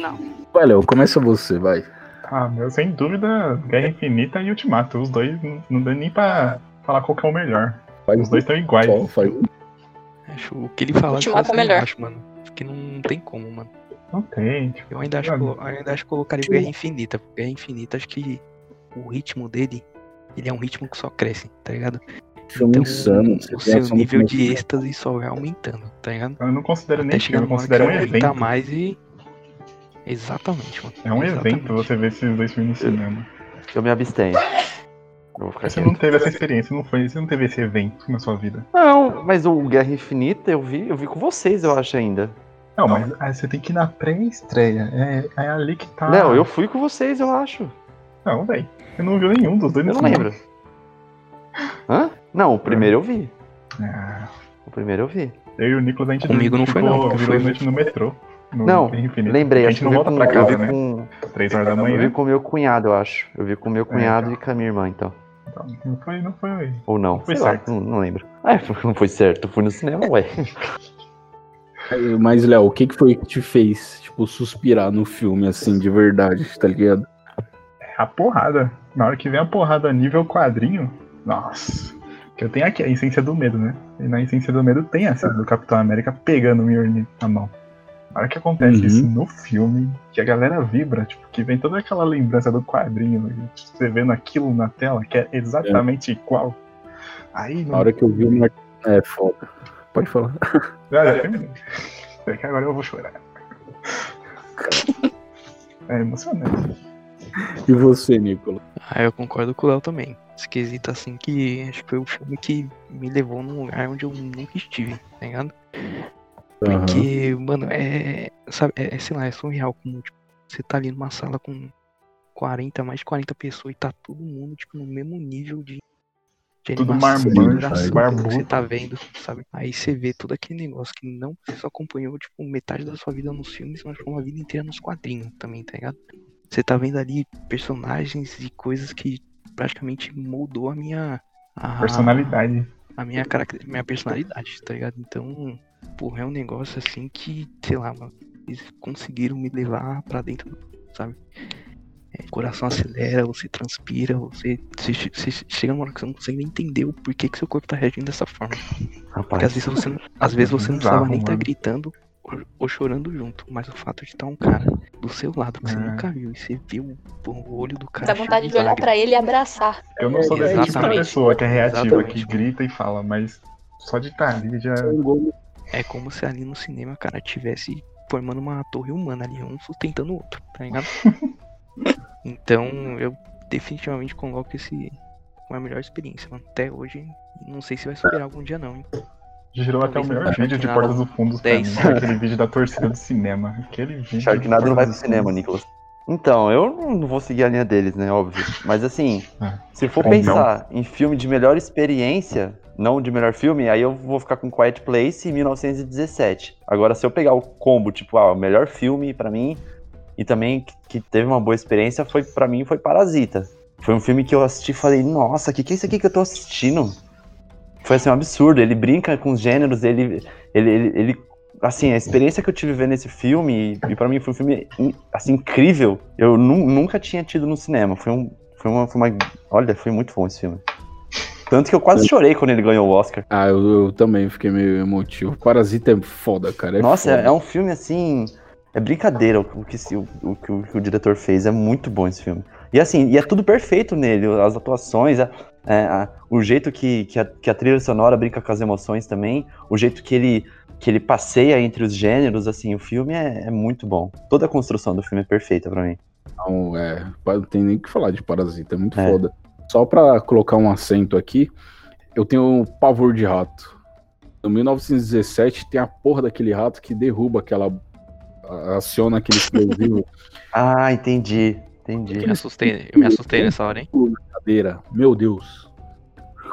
Speaker 6: Não.
Speaker 1: Vai, Léo, começa você, vai.
Speaker 2: Ah, meu, sem dúvida, Guerra Infinita e Ultimato. Os dois não- não dá nem pra falar qual que é o melhor.
Speaker 1: Faz
Speaker 2: Os dois estão iguais.
Speaker 1: só, faz um.
Speaker 3: Acho o que ele fala
Speaker 7: Ultimato
Speaker 3: quase
Speaker 7: é melhor.
Speaker 3: eu acho, mano. Porque não tem como, mano.
Speaker 2: Não tem, tipo,
Speaker 3: Eu ainda acho, que, eu ainda acho que colocaria o Guerra Infinita. porque Guerra Infinita, acho que o ritmo dele, ele é um ritmo que só cresce, tá ligado? Então,
Speaker 1: filme insano.
Speaker 3: o
Speaker 1: tem
Speaker 3: um seu
Speaker 1: ação no
Speaker 3: nível de
Speaker 1: começo. né?
Speaker 3: êxtase só vai aumentando, tá ligado?
Speaker 2: eu não considero
Speaker 3: Até
Speaker 2: nem
Speaker 3: chegar
Speaker 2: filme, eu
Speaker 3: no
Speaker 2: considero um evento.
Speaker 3: tá mais e... Exatamente, mano.
Speaker 2: É um
Speaker 3: Exatamente. É,
Speaker 2: evento você ver esses dois filmes no cinema.
Speaker 8: Eu me abstenho. Eu vou ficar
Speaker 2: Você
Speaker 8: quieto.
Speaker 2: não teve essa experiência, não foi, você não teve esse evento na sua vida.
Speaker 8: Não, mas o Guerra Infinita eu vi, eu vi com vocês, eu acho ainda.
Speaker 2: Não, mas aí você tem que ir na pré-estreia. É, é ali que tá.
Speaker 8: Léo, eu fui com vocês, eu acho.
Speaker 2: Não, velho. Você não viu nenhum dos dois no
Speaker 8: Eu não
Speaker 2: cinema.
Speaker 8: lembro. Hã? Não, o primeiro eu vi.
Speaker 2: Ah,
Speaker 8: O primeiro eu vi.
Speaker 2: eu e o Nicolas, a gente tipo,
Speaker 3: Comigo não foi, não, porque eu
Speaker 2: virou
Speaker 3: fui-
Speaker 2: noite no metrô. no
Speaker 5: Não,
Speaker 2: Infinity Infinity.
Speaker 5: Lembrei,
Speaker 2: a
Speaker 5: acho
Speaker 2: gente
Speaker 5: que
Speaker 2: não
Speaker 5: eu vi
Speaker 2: volta
Speaker 5: com-
Speaker 2: pra
Speaker 5: eu vi
Speaker 2: casa, né?
Speaker 5: com,
Speaker 2: Três horas da
Speaker 5: eu vi
Speaker 2: manhã.
Speaker 5: com meu cunhado, eu acho. Eu vi com meu cunhado e com a minha irmã, então.
Speaker 2: Então, Não foi, não foi aí.
Speaker 5: Ou não.
Speaker 2: Não foi
Speaker 5: Sei lá,
Speaker 2: certo.
Speaker 5: não, não lembro. Ah, não [laughs] foi certo, eu fui no cinema, ué.
Speaker 1: Mas, Léo, o que, que foi que te fez, tipo, suspirar no filme, assim, de verdade, tá ligado?
Speaker 2: É A porrada. Na hora que vem a porrada nível quadrinho, nossa. Que eu tenho aqui a essência do medo, né? E na essência do medo tem essa do Capitão América pegando o Mjolnir na mão. Na hora que acontece
Speaker 1: Uhum.
Speaker 2: isso no filme, que a galera vibra, tipo, que vem toda aquela lembrança do quadrinho, né? você vendo aquilo na tela, que é exatamente igual. Aí,
Speaker 1: Na hora que eu vi o Martin. É foda. Pode falar.
Speaker 2: Olha, é que agora eu vou chorar. É emocionante.
Speaker 1: E você, Nicolas?
Speaker 3: Ah, eu concordo com o Léo também. Esquisito assim que acho que foi o filme que me levou num lugar onde eu nunca estive, tá ligado?
Speaker 1: Aham.
Speaker 3: Porque, mano, é, sabe, é, é, sei lá, é surreal como, tipo, você tá ali numa sala com 40, mais de 40 pessoas e tá todo mundo, tipo, no mesmo nível de, de
Speaker 2: Tudo
Speaker 3: animação,
Speaker 1: marmanjo,
Speaker 3: de vibração
Speaker 2: barbudo.
Speaker 3: que você tá vendo, sabe? Aí você vê todo aquele negócio que não só acompanhou, tipo, metade da sua vida nos filmes, mas foi uma vida inteira nos quadrinhos também, tá ligado? Você tá vendo ali personagens e coisas que praticamente moldou a minha... a-
Speaker 2: Personalidade.
Speaker 3: a minha, caracter... minha personalidade, tá ligado? Então, porra, é um negócio assim que, sei lá, mano, eles conseguiram me levar pra dentro, sabe? É, o coração acelera, você transpira, você, você, che- você che- chega numa hora que você não consegue nem entender o porquê que seu corpo tá reagindo dessa forma. Porque às
Speaker 5: Rapaz,
Speaker 3: vezes você não, às vezes você não precisava
Speaker 2: Bizarro,
Speaker 3: nem estar
Speaker 2: mano.
Speaker 3: gritando ou, ou chorando junto, mas o fato de estar um cara do seu lado que você
Speaker 2: É.
Speaker 3: nunca viu e você vê o, o olho do cara.
Speaker 7: Dá
Speaker 3: cheio
Speaker 7: vontade de olhar
Speaker 3: lágrimas.
Speaker 7: pra ele e abraçar.
Speaker 2: Eu não sou
Speaker 3: É,
Speaker 2: desse tipo de
Speaker 3: exatamente.
Speaker 2: pessoa que é reativa, que
Speaker 3: Exatamente.
Speaker 2: grita e fala, mas só de estar ali já.
Speaker 1: Um gol
Speaker 3: É como se ali no cinema, cara, tivesse formando uma torre humana ali, um sustentando o outro,
Speaker 2: [laughs]
Speaker 3: tá ligado? então eu definitivamente coloco esse como a melhor experiência, mano. Até hoje, não sei se vai superar algum dia não, hein?
Speaker 2: Gerou até o
Speaker 3: Talvez
Speaker 2: melhor
Speaker 3: não
Speaker 2: vídeo de
Speaker 3: Sharknado
Speaker 2: Portas do Fundo pra mim.
Speaker 3: 10.
Speaker 2: que é Aquele vídeo da torcida do cinema. Aquele vídeo. de
Speaker 5: Sharknado não vai pro
Speaker 2: Portas do
Speaker 5: cinema,
Speaker 2: Fundos.
Speaker 5: Nicolas. Então, eu não- não vou seguir a linha deles, né, óbvio. Mas assim,
Speaker 2: É.
Speaker 5: se for
Speaker 2: Ou
Speaker 5: pensar em filme de melhor experiência, não de melhor filme, aí eu vou ficar com Quiet Place e 1917. Agora, se eu pegar o combo, tipo, ah, o melhor filme pra mim, e também que- que teve uma boa experiência, foi para mim foi Parasita. Foi um filme que eu assisti e falei, nossa, o que, que é isso aqui que eu tô assistindo? Foi assim, um absurdo. Ele brinca com os gêneros, ele. ele, ele, ele- assim, a experiência que eu tive vendo esse filme, e, e para mim foi um filme in- assim, incrível. Eu nu- nunca tinha tido no cinema. Foi um. Foi uma, foi uma. Olha, foi muito bom esse filme. Tanto que eu quase chorei quando ele ganhou o Oscar.
Speaker 1: Ah, eu, eu também fiquei meio emotivo. Parasita é foda, cara. É
Speaker 5: Nossa,
Speaker 1: foda.
Speaker 5: é, é um filme assim. É brincadeira o, o que, se- o, o que o que o diretor fez. É muito bom esse filme. E assim, e é tudo perfeito nele. As atuações, a- é, a- o jeito que, que, a, que a trilha sonora brinca com as emoções também. O jeito que ele, que ele passeia entre os gêneros, assim, o filme é, é muito bom. Toda a construção do filme é perfeita pra mim.
Speaker 1: Não, é, pa- não tem nem o que falar de Parasita, é muito
Speaker 5: É.
Speaker 1: foda. Só pra colocar um acento aqui, eu tenho um pavor de rato. No 1917 tem a porra daquele rato que derruba aquela. a- aciona aquele explosivo
Speaker 5: Ah, entendi. Entendi.
Speaker 3: Eu me assustei, eu me assustei nessa hora, hein?
Speaker 1: na cadeira. Meu Deus.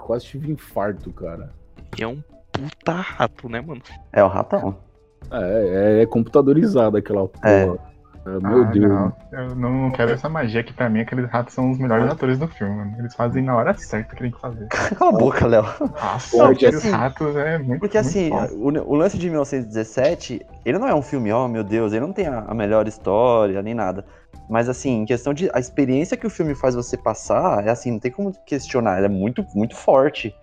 Speaker 1: Quase tive infarto, cara.
Speaker 3: E é um puta rato, né, mano?
Speaker 5: É o ratão.
Speaker 1: É, é- é computadorizada aquela porra.
Speaker 5: É.
Speaker 1: Ah, Meu
Speaker 2: Ah,
Speaker 1: Deus.
Speaker 2: Não. Eu não, não quero essa magia que pra mim aqueles ratos são os melhores atores do filme, mano. Eles fazem na hora certa o que tem que fazer.
Speaker 5: Cala a boca, Léo.
Speaker 2: Nossa,
Speaker 1: Não,
Speaker 2: aqueles
Speaker 5: assim,
Speaker 2: ratos é muito.
Speaker 5: Porque
Speaker 2: muito
Speaker 5: assim,
Speaker 2: bom.
Speaker 5: o, o lance de 1917, ele não é um filme, ó, meu Deus, ele não tem a, a melhor história nem nada. Mas assim, em questão de a experiência que o filme faz você passar, é assim, não tem como questionar, ele é muito, muito forte.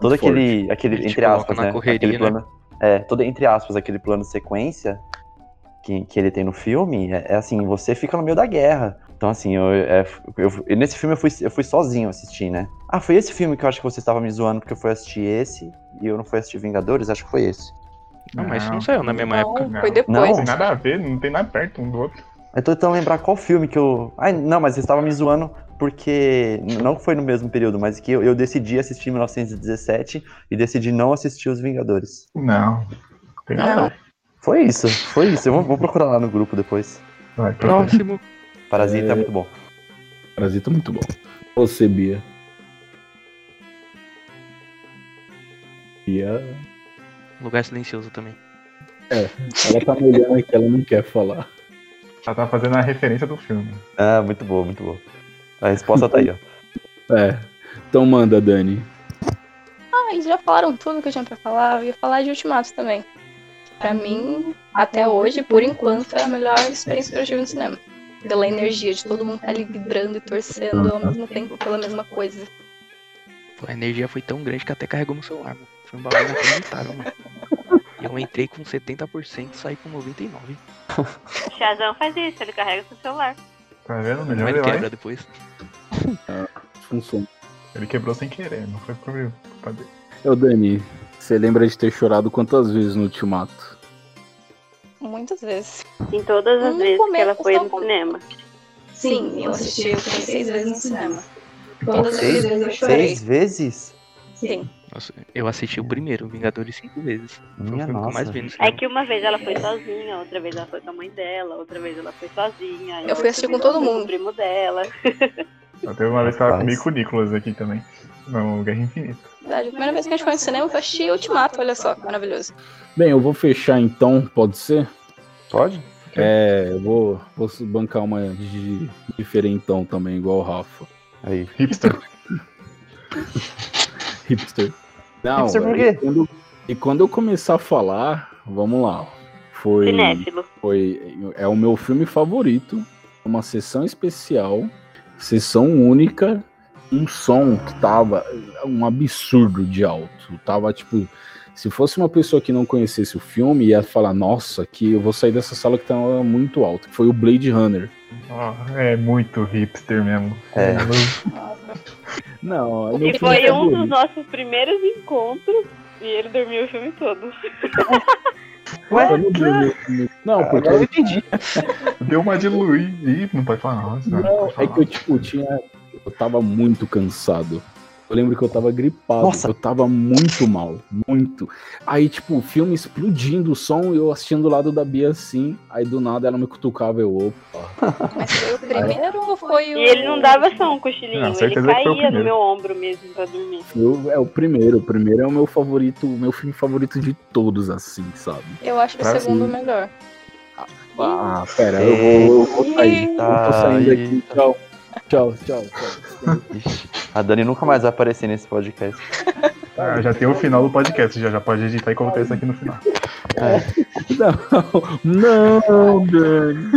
Speaker 5: Todo
Speaker 1: Muito
Speaker 5: aquele, aquele
Speaker 3: Ele te
Speaker 5: entre aspas,
Speaker 3: coloca na
Speaker 5: né?
Speaker 3: correria,
Speaker 5: aquele
Speaker 3: né?
Speaker 5: plano, É, todo entre aspas, aquele plano sequência que, que ele tem no filme, é, é assim, você fica no meio da guerra. Então assim, eu, é, eu- eu- nesse filme eu fui, eu fui sozinho assistir, né? Ah, foi esse filme que eu acho que você estava me zoando porque eu fui assistir esse e eu não fui assistir Vingadores, acho que foi esse.
Speaker 3: Não, mas isso
Speaker 2: Não.
Speaker 3: não saiu na mesma
Speaker 7: Não,
Speaker 3: época.
Speaker 7: foi
Speaker 2: Não.
Speaker 7: depois.
Speaker 2: Não tem nada a ver, não tem nada perto um do outro.
Speaker 5: Eu tô tentando lembrar qual filme que eu. Ai, não, mas você estava me zoando porque. Não foi no mesmo período, mas que eu, eu decidi assistir 1917 e decidi não assistir Os Vingadores.
Speaker 2: Não. Tem nada. a ver.
Speaker 5: Foi isso, foi isso. Eu vou, vou procurar lá no grupo depois.
Speaker 2: Vai, procura.
Speaker 3: Próximo.
Speaker 5: Parasita é, muito bom.
Speaker 1: Parasita é muito bom. Você, Bia. Bia.
Speaker 3: Lugar silencioso também.
Speaker 1: Ela tá me olhando aqui, ela não quer falar.
Speaker 2: Ela tá fazendo a referência do filme.
Speaker 5: Ah, muito boa, muito boa. A resposta tá aí, ó.
Speaker 1: É. Então manda, Dani.
Speaker 10: Ah, eles já falaram tudo que eu tinha pra falar. Eu ia falar de Ultimato também. Pra mim, até hoje, por enquanto, é a melhor experiência que eu tive no cinema. Pela energia de todo mundo tá ali vibrando e torcendo ao mesmo tempo pela mesma coisa.
Speaker 3: Pô, a energia foi tão grande que até carregou meu celular, mano. Foi um bagulho
Speaker 2: [laughs]
Speaker 3: inacreditável, mano. Eu entrei com 70%, saí com 99%.
Speaker 6: O Shazam faz isso, ele carrega seu celular.
Speaker 2: Tá vendo?
Speaker 3: Não
Speaker 2: Melhor
Speaker 3: ele
Speaker 2: herói.
Speaker 3: quebra depois.
Speaker 1: Funciona.
Speaker 2: Ele quebrou sem querer, não foi por culpa dele.
Speaker 1: Ô, Dani, você lembra de ter chorado quantas vezes no Ultimato?
Speaker 10: Muitas vezes.
Speaker 6: Em todas as
Speaker 10: No
Speaker 6: vezes que ela
Speaker 10: começo,
Speaker 6: foi
Speaker 10: Hum, só
Speaker 6: no
Speaker 10: com-
Speaker 6: cinema.
Speaker 11: Sim, eu assisti eu fui seis vezes no cinema. Todas as
Speaker 5: Seis?
Speaker 11: vezes eu chorei.
Speaker 5: Seis vezes?
Speaker 10: Sim.
Speaker 3: Nossa, eu assisti o primeiro, Vingadores, cinco vezes. Foi o
Speaker 5: Minha
Speaker 3: filme que eu mais
Speaker 5: nossa.
Speaker 3: vi no
Speaker 6: É
Speaker 3: cinema.
Speaker 6: que uma vez ela foi sozinha, outra vez ela foi com a mãe dela, outra vez ela foi sozinha.
Speaker 10: Eu fui
Speaker 6: outra
Speaker 10: assistir
Speaker 6: vez
Speaker 10: com
Speaker 6: ela
Speaker 10: todo
Speaker 6: foi
Speaker 10: mundo.
Speaker 6: Com o primo dela.
Speaker 2: Só teve uma vez que tava
Speaker 5: Rapaz.
Speaker 2: comigo com o Nicolas aqui também. No Guerra Infinita.
Speaker 10: Verdade. A primeira vez que a gente foi no cinema foi assistir Ultimato, olha só, maravilhoso.
Speaker 1: Bem, eu vou fechar então, pode ser?
Speaker 5: Pode?
Speaker 1: É, eu vou, vou bancar uma de diferentão também, igual o Rafa.
Speaker 5: Aí.
Speaker 2: Hipster.
Speaker 1: Hipster. Não,
Speaker 5: Hipster por
Speaker 1: é, E
Speaker 5: quê?
Speaker 1: quando, e quando eu começar a falar, vamos lá. Foi.
Speaker 6: Cinéfilo.
Speaker 1: foi é o meu filme favorito, uma sessão especial, sessão única, um som que tava um absurdo de alto, tava tipo se fosse uma pessoa que não conhecesse o filme, ia falar, nossa, que eu vou sair dessa sala que tava muito alto. Foi o Blade Runner.
Speaker 2: Ó, é muito hipster mesmo.
Speaker 5: É.
Speaker 1: Não, é
Speaker 6: E foi um dos nossos primeiros encontros e ele dormiu o filme todo.
Speaker 1: é Não, porque
Speaker 5: Agora eu entendi.
Speaker 2: Deu uma de Luiz. Ih, não pode falar, nossa. Não,
Speaker 1: Não, é
Speaker 2: pode falar.
Speaker 1: que eu, tipo, tinha. Eu tava muito cansado. Eu lembro que eu tava gripado.
Speaker 5: Nossa.
Speaker 1: Eu tava muito mal. Muito. Aí, tipo, o filme explodindo o som, eu assistindo do lado da Bia assim. Aí do nada ela me cutucava, eu, opa.
Speaker 10: Mas foi o primeiro ou foi o.
Speaker 6: E ele não dava só um cochilinho,
Speaker 2: Não,
Speaker 6: ele
Speaker 2: certeza que foi o
Speaker 6: caía no
Speaker 2: primeiro.
Speaker 6: meu ombro mesmo pra dormir.
Speaker 1: Eu, é o primeiro. O primeiro é o meu favorito, o meu filme favorito de todos, assim, sabe?
Speaker 10: Eu acho o
Speaker 2: Pra
Speaker 10: segundo
Speaker 1: mim.
Speaker 10: melhor.
Speaker 1: Ah, pera, eu vou, eu vou sair. Eu tô saindo aqui.
Speaker 5: Eita.
Speaker 1: Tchau. Tchau, tchau, tchau. [laughs]
Speaker 5: Ixi, A Dani nunca mais vai aparecer nesse podcast.
Speaker 2: Ah, já tem o final do podcast, já, já pode editar e colocar isso aqui no final.
Speaker 1: Não, não, Dani.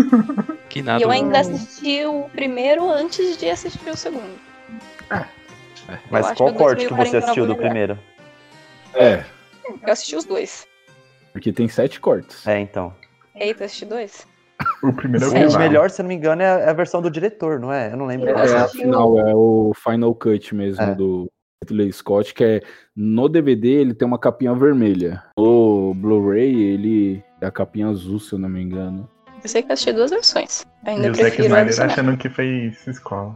Speaker 3: Que nada.
Speaker 10: e É eu ainda
Speaker 3: mano.
Speaker 10: assisti o primeiro antes de assistir o segundo.
Speaker 5: Mas
Speaker 10: acho
Speaker 5: qual
Speaker 10: que o
Speaker 5: corte que você
Speaker 10: 2049
Speaker 5: assistiu do
Speaker 10: é.
Speaker 5: primeiro?
Speaker 1: É,
Speaker 10: Eu assisti os dois.
Speaker 1: porque tem sete cortes.
Speaker 5: É, então.
Speaker 10: Eita, eu assisti dois?
Speaker 2: O primeiro é o
Speaker 10: Sim,
Speaker 5: O
Speaker 2: final.
Speaker 5: melhor, se eu não me engano, é a- é a versão do diretor, não é? Eu não lembro.
Speaker 10: Eu
Speaker 1: É, a
Speaker 10: assisti o-
Speaker 1: final, é o Final Cut mesmo
Speaker 5: É.
Speaker 1: do Ridley Scott, que é no DVD ele tem uma capinha vermelha. O Blu-ray, ele é a capinha azul, se eu não me engano.
Speaker 10: Eu sei que eu assisti duas versões. Eu
Speaker 2: E
Speaker 10: ainda
Speaker 2: o Zack
Speaker 10: prefiro a
Speaker 2: Snyder
Speaker 10: original.
Speaker 2: achando que fez escola.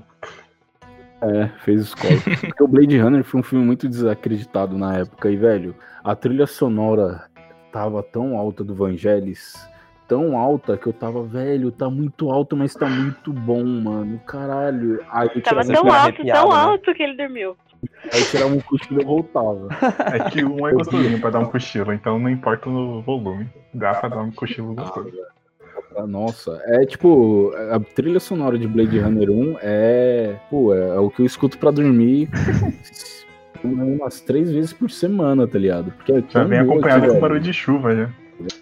Speaker 1: É, fez
Speaker 6: [laughs]
Speaker 1: escola. Porque o Blade Runner foi um filme muito desacreditado na época, e velho, a trilha sonora tava tão alta do Vangelis, tão alta que eu tava, velho, tá muito alto, mas tá muito bom, mano. Caralho. Aí eu tirava,
Speaker 6: Tava
Speaker 1: um-
Speaker 5: Tirando
Speaker 6: tão
Speaker 5: ele
Speaker 6: alto,
Speaker 5: arrepiado,
Speaker 6: tão
Speaker 5: né?
Speaker 6: alto que ele dormiu.
Speaker 1: aí eu tirava um cochilo e eu voltava.
Speaker 2: É que um é gostosinho pra dar um cochilo, então não importa o volume. Dá pra dar um cochilo gostoso.
Speaker 1: Ah, Nossa, é tipo, a trilha sonora de Blade Runner 1 é, pô, é o que eu escuto pra dormir [laughs] umas três vezes por semana, tá ligado? Porque
Speaker 5: Ah,
Speaker 1: é
Speaker 2: Já
Speaker 1: tão
Speaker 2: vem
Speaker 5: um
Speaker 1: boa,
Speaker 2: acompanhado
Speaker 1: velho.
Speaker 2: com barulho de chuva, já.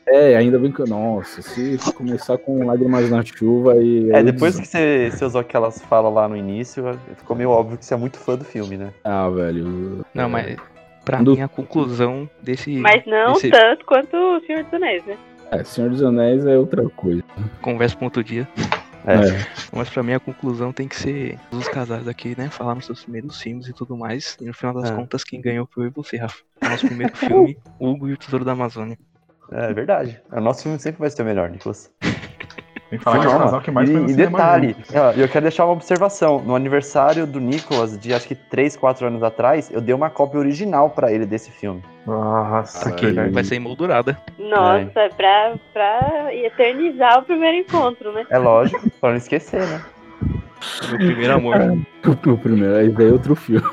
Speaker 1: É, ainda bem que eu. Nossa, se começar com lágrimas na chuva e.
Speaker 5: É, depois que você, você usou aquelas falas lá no início, ficou meio óbvio que você é muito fã do filme, né?
Speaker 1: Ah, velho.
Speaker 3: Não, mas pra
Speaker 1: Do-
Speaker 3: mim a conclusão desse
Speaker 6: Mas não
Speaker 3: Esse-
Speaker 6: tanto quanto o Senhor dos Anéis, né?
Speaker 1: É, Senhor dos Anéis é outra coisa.
Speaker 3: conversa pro outro dia.
Speaker 5: É.
Speaker 3: Mas pra mim a conclusão tem que ser os casais aqui, né? Falaram seus primeiros filmes e tudo mais. E no final das
Speaker 5: É.
Speaker 3: contas, quem ganhou foi eu e você, Rafa. Nosso primeiro filme, Hugo e o Tesouro da Amazônia.
Speaker 5: É, verdade. O nosso filme sempre vai ser o melhor, Nicolas.
Speaker 2: Tem que falar que é o
Speaker 5: Não,
Speaker 2: casal que mais
Speaker 5: e,
Speaker 2: foi no
Speaker 5: e
Speaker 2: cinema
Speaker 5: detalhe, é
Speaker 2: junto.
Speaker 5: ó, eu quero deixar uma observação. No aniversário do Nicolas, de acho que 3, 4 anos atrás, eu dei uma cópia original pra ele desse filme. Ah,
Speaker 2: Nossa, que
Speaker 5: é
Speaker 1: Ai.
Speaker 2: verdade.
Speaker 3: Vai ser emoldurada.
Speaker 6: Nossa, pra, pra eternizar o primeiro encontro, né?
Speaker 5: É lógico, [laughs] pra não esquecer, né?
Speaker 3: Meu primeiro amor.
Speaker 1: O primeiro, aí daí é outro
Speaker 5: [laughs]
Speaker 1: filme.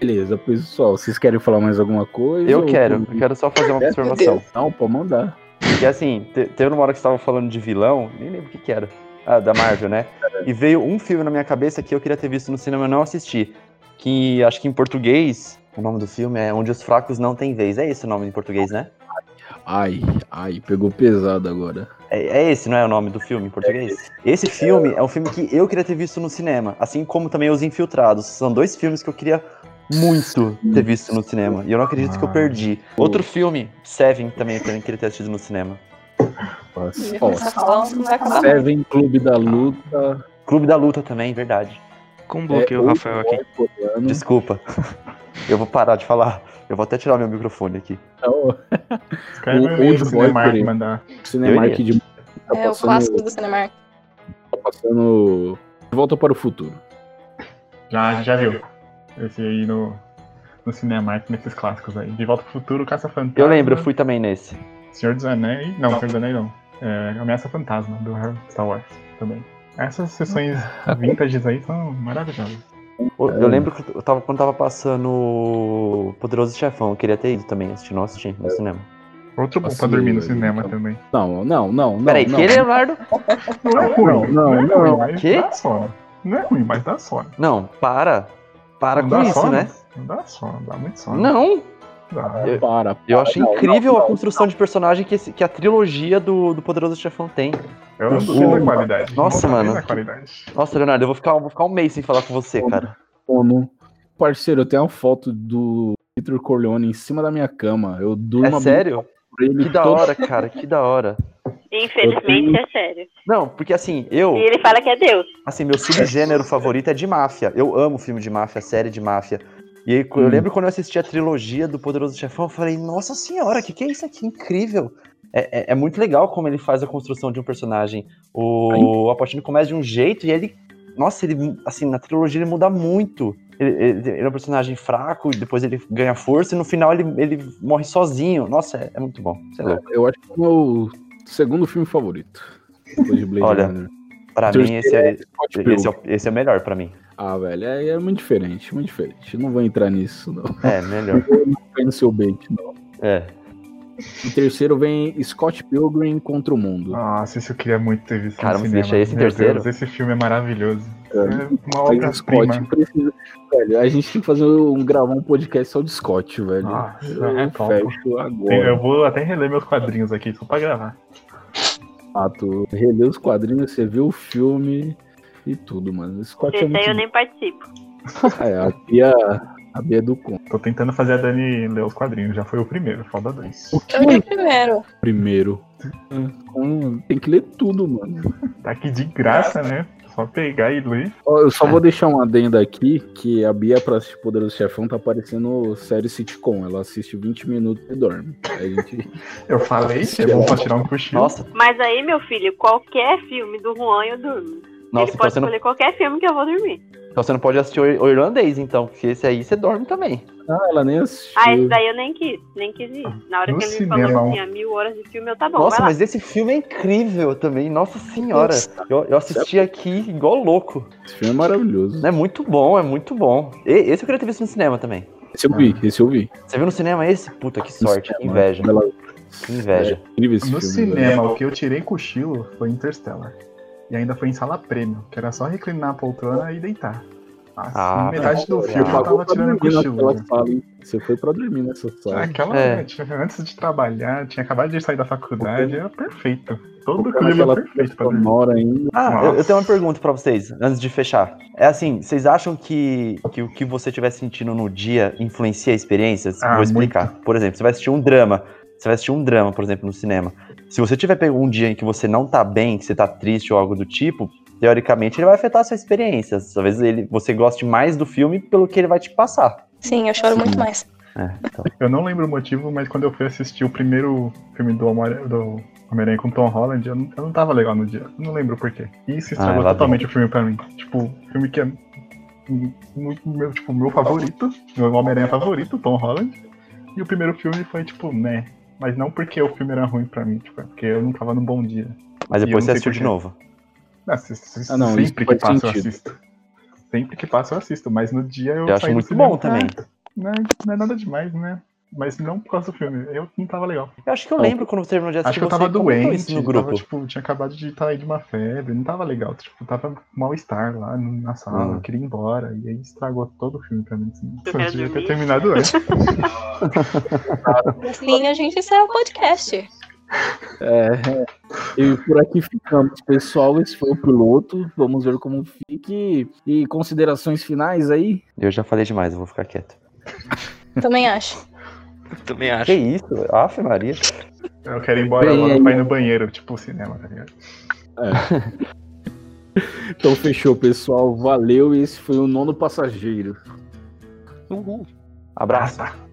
Speaker 1: Beleza, pessoal, vocês querem falar mais alguma coisa?
Speaker 5: Eu
Speaker 1: Ou-
Speaker 5: quero, eu quero só fazer uma
Speaker 1: É,
Speaker 5: observação.
Speaker 1: Não, pode mandar.
Speaker 5: Porque assim, te- teve uma hora que você tava falando de vilão, nem lembro o que que era. Ah, da Marvel, né? E veio um filme na minha cabeça que eu queria ter visto no cinema e não assisti. Que acho que em português, o nome do filme é Onde os Fracos Não Têm Vez. É esse o nome em português, né?
Speaker 1: Ai, ai, pegou pesado
Speaker 10: [laughs]
Speaker 1: agora.
Speaker 5: É, é esse, não é o nome do filme em português? Esse filme é um filme que eu queria ter visto no cinema, assim como também Os Infiltrados. São dois filmes que eu queria muito ter visto no cinema. E eu não acredito
Speaker 1: Ah.
Speaker 5: que eu perdi. Outro filme, Seven, também eu também queria ter assistido no cinema.
Speaker 1: Nossa,
Speaker 10: Ia
Speaker 1: ó,
Speaker 10: começar a falar, não vai acabar.
Speaker 1: Seven Clube
Speaker 5: Ah,
Speaker 1: da Luta.
Speaker 5: Clube da Luta também, verdade.
Speaker 3: Como bloqueou o
Speaker 1: outro
Speaker 3: Rafael aqui?
Speaker 1: coreano.
Speaker 5: Desculpa. [laughs] Eu vou parar de falar. Eu vou até tirar meu microfone aqui.
Speaker 1: Então,
Speaker 2: Escreve
Speaker 1: O
Speaker 2: um e-mail
Speaker 1: Old
Speaker 2: pro
Speaker 1: Boy,
Speaker 2: Cinemark
Speaker 1: porém.
Speaker 2: mandar.
Speaker 1: o Cinemark
Speaker 5: Eu
Speaker 1: de tá
Speaker 10: É o
Speaker 1: passando,
Speaker 10: clássico do Cinemark.
Speaker 1: tá passando De Volta para o Futuro.
Speaker 2: Já, já viu. Esse aí no, no Cinemark, nesses clássicos aí. De Volta pro Futuro, Caça Fantasma.
Speaker 5: Eu lembro, eu fui também nesse.
Speaker 2: Senhor dos Anéis. Não, Senhor dos Anéis não. É, Ameaça Fantasma, do Star Wars também. Essas sessões
Speaker 5: Ah,
Speaker 2: vintages aí são maravilhosas.
Speaker 5: Eu
Speaker 1: É.
Speaker 5: eu lembro que eu tava, quando tava passando o Poderoso Chefão, eu queria ter ido também assistir, não assisti
Speaker 1: É.
Speaker 5: no cinema.
Speaker 2: Outro bom pra
Speaker 1: Assim,
Speaker 2: dormir no
Speaker 1: velho,
Speaker 2: cinema
Speaker 1: então.
Speaker 2: também.
Speaker 1: Não, não, não, não.
Speaker 12: Peraí,
Speaker 1: não.
Speaker 12: que
Speaker 5: é-
Speaker 12: Leonardo?
Speaker 2: Não é ruim,
Speaker 1: não,
Speaker 2: não, é
Speaker 1: não.
Speaker 2: ruim, mas
Speaker 5: Quê?
Speaker 2: dá sono. Não é ruim, mas dá sono.
Speaker 5: Não, para. Para
Speaker 2: não
Speaker 5: com
Speaker 2: dá Ah.
Speaker 5: isso,
Speaker 2: sono?
Speaker 5: né?
Speaker 2: Não dá sono, dá muito sono.
Speaker 5: Não,
Speaker 2: Dá.
Speaker 1: Para, para.
Speaker 5: eu acho
Speaker 1: Ah, Não,
Speaker 5: incrível
Speaker 1: não,
Speaker 5: a construção de personagem que, esse- que a trilogia do, do Poderoso Chefão tem.
Speaker 2: Eu não duvido da qualidade.
Speaker 5: Nossa,
Speaker 2: não duvido
Speaker 5: mano.
Speaker 2: da qualidade.
Speaker 5: Nossa, Leonardo, eu vou ficar, vou ficar um mês sem falar com você,
Speaker 1: Como?
Speaker 5: cara.
Speaker 1: Sono. Parceiro, eu tenho uma foto do Vitor Corleone em cima da minha cama. Eu durmo
Speaker 5: É sério?
Speaker 1: por ele
Speaker 5: Que da
Speaker 1: todo
Speaker 5: hora, cara, que da hora.
Speaker 1: Eu
Speaker 6: Infelizmente é sério.
Speaker 5: Não, porque assim, eu.
Speaker 6: E ele fala que é Deus.
Speaker 5: Assim, meu subgênero favorito é de máfia. Eu amo filme de máfia, série de máfia. E aí, eu
Speaker 1: Hum.
Speaker 5: lembro quando eu assisti a trilogia do Poderoso Chefão, eu falei, nossa senhora, o que, que é isso aqui? Incrível! É, é- é muito legal como ele faz a construção de um personagem. O Apatino começa de um jeito e ele. Nossa, ele, assim, na trilogia ele muda muito. Ele, ele- ele é um personagem fraco, depois ele ganha força e no final ele, ele morre sozinho. Nossa, é, é muito bom. Você é louco.
Speaker 1: Eu acho que é o meu segundo filme favorito. Depois de Blade
Speaker 5: Olha,
Speaker 1: Runner.
Speaker 5: Pra
Speaker 1: Terceiro
Speaker 5: mim, esse é,
Speaker 1: Scott
Speaker 5: esse, é,
Speaker 1: Pilgrim.
Speaker 5: o- esse é o melhor pra mim.
Speaker 1: Ah, velho, é, é muito diferente, muito diferente. Não vou entrar nisso, não.
Speaker 5: É, melhor.
Speaker 1: Não cai no seu bait, não.
Speaker 5: É.
Speaker 1: Em terceiro vem Scott Pilgrim contra o Mundo.
Speaker 2: Nossa, isso eu queria muito ter visto
Speaker 5: Cara,
Speaker 2: no
Speaker 5: mas
Speaker 2: cinema.
Speaker 5: deixa esse em
Speaker 2: Meu
Speaker 5: terceiro.
Speaker 2: Deus, esse filme é maravilhoso. É uma
Speaker 1: Mas
Speaker 2: obra-prima.
Speaker 1: precisa. Velho, a gente tem que fazer um gravar um podcast só de Scott, velho.
Speaker 2: Nossa,
Speaker 1: eu
Speaker 2: é top.
Speaker 1: fecho
Speaker 2: Tem- é
Speaker 1: agora.
Speaker 2: Eu vou até reler meus quadrinhos aqui, só pra gravar.
Speaker 1: Ah, tu releu os quadrinhos, você viu o filme e tudo, mano. Scott é
Speaker 6: Desse aí eu
Speaker 1: muito.
Speaker 6: nem participo.
Speaker 1: É, a Bia, a Bia é do conto.
Speaker 2: Tô tentando fazer a Dani ler os quadrinhos, já foi o primeiro, falta dois.
Speaker 10: Eu li primeiro.
Speaker 1: Primeiro. Hum, Tem que ler tudo, mano.
Speaker 2: Tá aqui de graça, né? Só pegar e ler.
Speaker 1: Ó, Eu só vou deixar um adendo aqui, que a Bia, pra assistir Poderoso Chefão, tá parecendo série sitcom. Ela assiste 20 minutos e dorme. Aí A gente...
Speaker 2: Eu falei que é bom pra tirar um cochilo.
Speaker 5: Nossa,
Speaker 6: Mas aí, meu filho, qualquer filme do Juan eu durmo.
Speaker 5: nossa,
Speaker 6: ele
Speaker 5: então
Speaker 6: pode
Speaker 5: você, não,
Speaker 6: escolher qualquer filme que eu vou dormir.
Speaker 5: então você não pode assistir o o irlandês, então, porque esse aí você dorme também.
Speaker 1: [laughs] Ah, ela nem assistiu.
Speaker 6: Ah, esse daí eu nem quis, nem quis ir. Na hora
Speaker 2: No
Speaker 6: que ele me
Speaker 2: cinema,
Speaker 6: falou
Speaker 2: um-
Speaker 6: que tinha mil horas de filme, eu tá bom,
Speaker 5: nossa,
Speaker 6: vai lá.
Speaker 5: mas esse filme é incrível também, nossa senhora. Eu, eu assisti aqui igual louco.
Speaker 1: Esse filme é maravilhoso.
Speaker 5: É muito bom, é muito bom. E- esse eu queria ter visto no cinema também.
Speaker 1: Esse eu vi, esse eu vi.
Speaker 5: Você viu no cinema esse? Puta, que sorte, que inveja,
Speaker 1: Ela...
Speaker 5: que inveja.
Speaker 1: É incrível esse
Speaker 2: No
Speaker 1: filme. velho.
Speaker 2: cinema, o que eu tirei cochilo foi Interstellar. E ainda foi em sala prêmio, que era só reclinar a poltrona e deitar. Nossa,
Speaker 5: Ah,
Speaker 2: metade do
Speaker 5: tá.
Speaker 2: filme eu
Speaker 1: Pagou
Speaker 2: tava
Speaker 1: pra
Speaker 2: tirando
Speaker 1: dormir
Speaker 2: cochilo.
Speaker 1: naquela
Speaker 2: né? Ah,
Speaker 1: sala, hein? Você foi pra dormir nessa sala.
Speaker 2: Aquela
Speaker 5: É.
Speaker 2: noite, antes de trabalhar, tinha acabado de sair da faculdade, era perfeito. Todo
Speaker 1: Tocando
Speaker 2: clima
Speaker 1: aquela
Speaker 2: é perfeito pra dormir.
Speaker 1: sonora ainda.
Speaker 5: Ah, eu, eu
Speaker 2: Nossa.
Speaker 5: tenho uma pergunta pra vocês, antes de fechar. É assim, vocês acham que, que o que você estiver sentindo no dia influencia a experiência?
Speaker 2: Ah,
Speaker 5: Vou explicar. Por exemplo, você vai assistir um drama. Você vai assistir um drama, por exemplo, no cinema. Se você tiver pego um dia em que você não tá bem, que você tá triste ou algo do tipo, teoricamente ele vai afetar a sua experiência. Talvez ele, você goste mais do filme pelo que ele vai te passar.
Speaker 10: Sim, eu choro muito mais.
Speaker 5: É, então.
Speaker 2: Eu não lembro o motivo, mas quando eu fui assistir o primeiro filme do Homem- do Homem-Aranha com Tom Holland, eu não, eu não tava legal no dia. Eu não lembro porquê. E isso estragou
Speaker 5: lá vem.
Speaker 2: totalmente o filme pra mim. Tipo, filme que é mu- muito meu, tipo, meu favorito, meu Homem-Aranha favorito, Tom Holland. E o primeiro filme foi, tipo, né. Mas não porque o filme era ruim pra mim, tipo, é porque eu não tava num bom dia.
Speaker 5: Mas
Speaker 2: E eu não
Speaker 5: depois você
Speaker 2: sei
Speaker 5: assistiu
Speaker 2: por
Speaker 5: de
Speaker 2: quê.
Speaker 5: novo.
Speaker 2: Assisto,
Speaker 1: Ah, não, isso
Speaker 2: sempre que
Speaker 1: faz
Speaker 2: passa eu
Speaker 1: sentido.
Speaker 2: assisto. Sempre que passa eu assisto, mas no dia eu,
Speaker 5: Eu acho
Speaker 2: saí do
Speaker 5: muito
Speaker 2: cinema,
Speaker 5: bom também.
Speaker 2: "Ah, Não é, não é nada demais, né? Mas não por causa do filme. Eu não tava legal.
Speaker 5: Eu acho que eu lembro quando você terminou de assistir.
Speaker 2: Acho que eu
Speaker 5: você
Speaker 2: tava
Speaker 5: comentou
Speaker 2: doente,
Speaker 5: isso no grupo.
Speaker 2: Tava, tipo, tinha acabado de estar aí de uma febre, não tava legal, tipo, tava mal-estar lá no- na sala,
Speaker 5: Uhum.
Speaker 8: Hum.
Speaker 2: eu queria ir embora, e aí estragou todo o filme pra mim, assim. Eu
Speaker 6: Eu quero
Speaker 2: devia ter
Speaker 6: dormir.
Speaker 2: terminado antes.
Speaker 7: Assim a gente encerra o podcast.
Speaker 1: É, e por aqui ficamos, pessoal. Esse foi o piloto. Vamos ver como fica. E- E considerações finais aí?
Speaker 8: Eu já falei demais, eu vou ficar quieto.
Speaker 7: Também acho.
Speaker 3: Eu também acho.
Speaker 8: Que isso? Aff, Maria.
Speaker 2: Eu quero ir embora
Speaker 1: Bem,
Speaker 2: logo
Speaker 1: aí.
Speaker 2: pra ir no banheiro, tipo, cinema, tá ligado?
Speaker 1: Então fechou, pessoal. Valeu. Esse foi o nono passageiro.
Speaker 3: Uhul.
Speaker 8: Abraço.
Speaker 2: Abraço.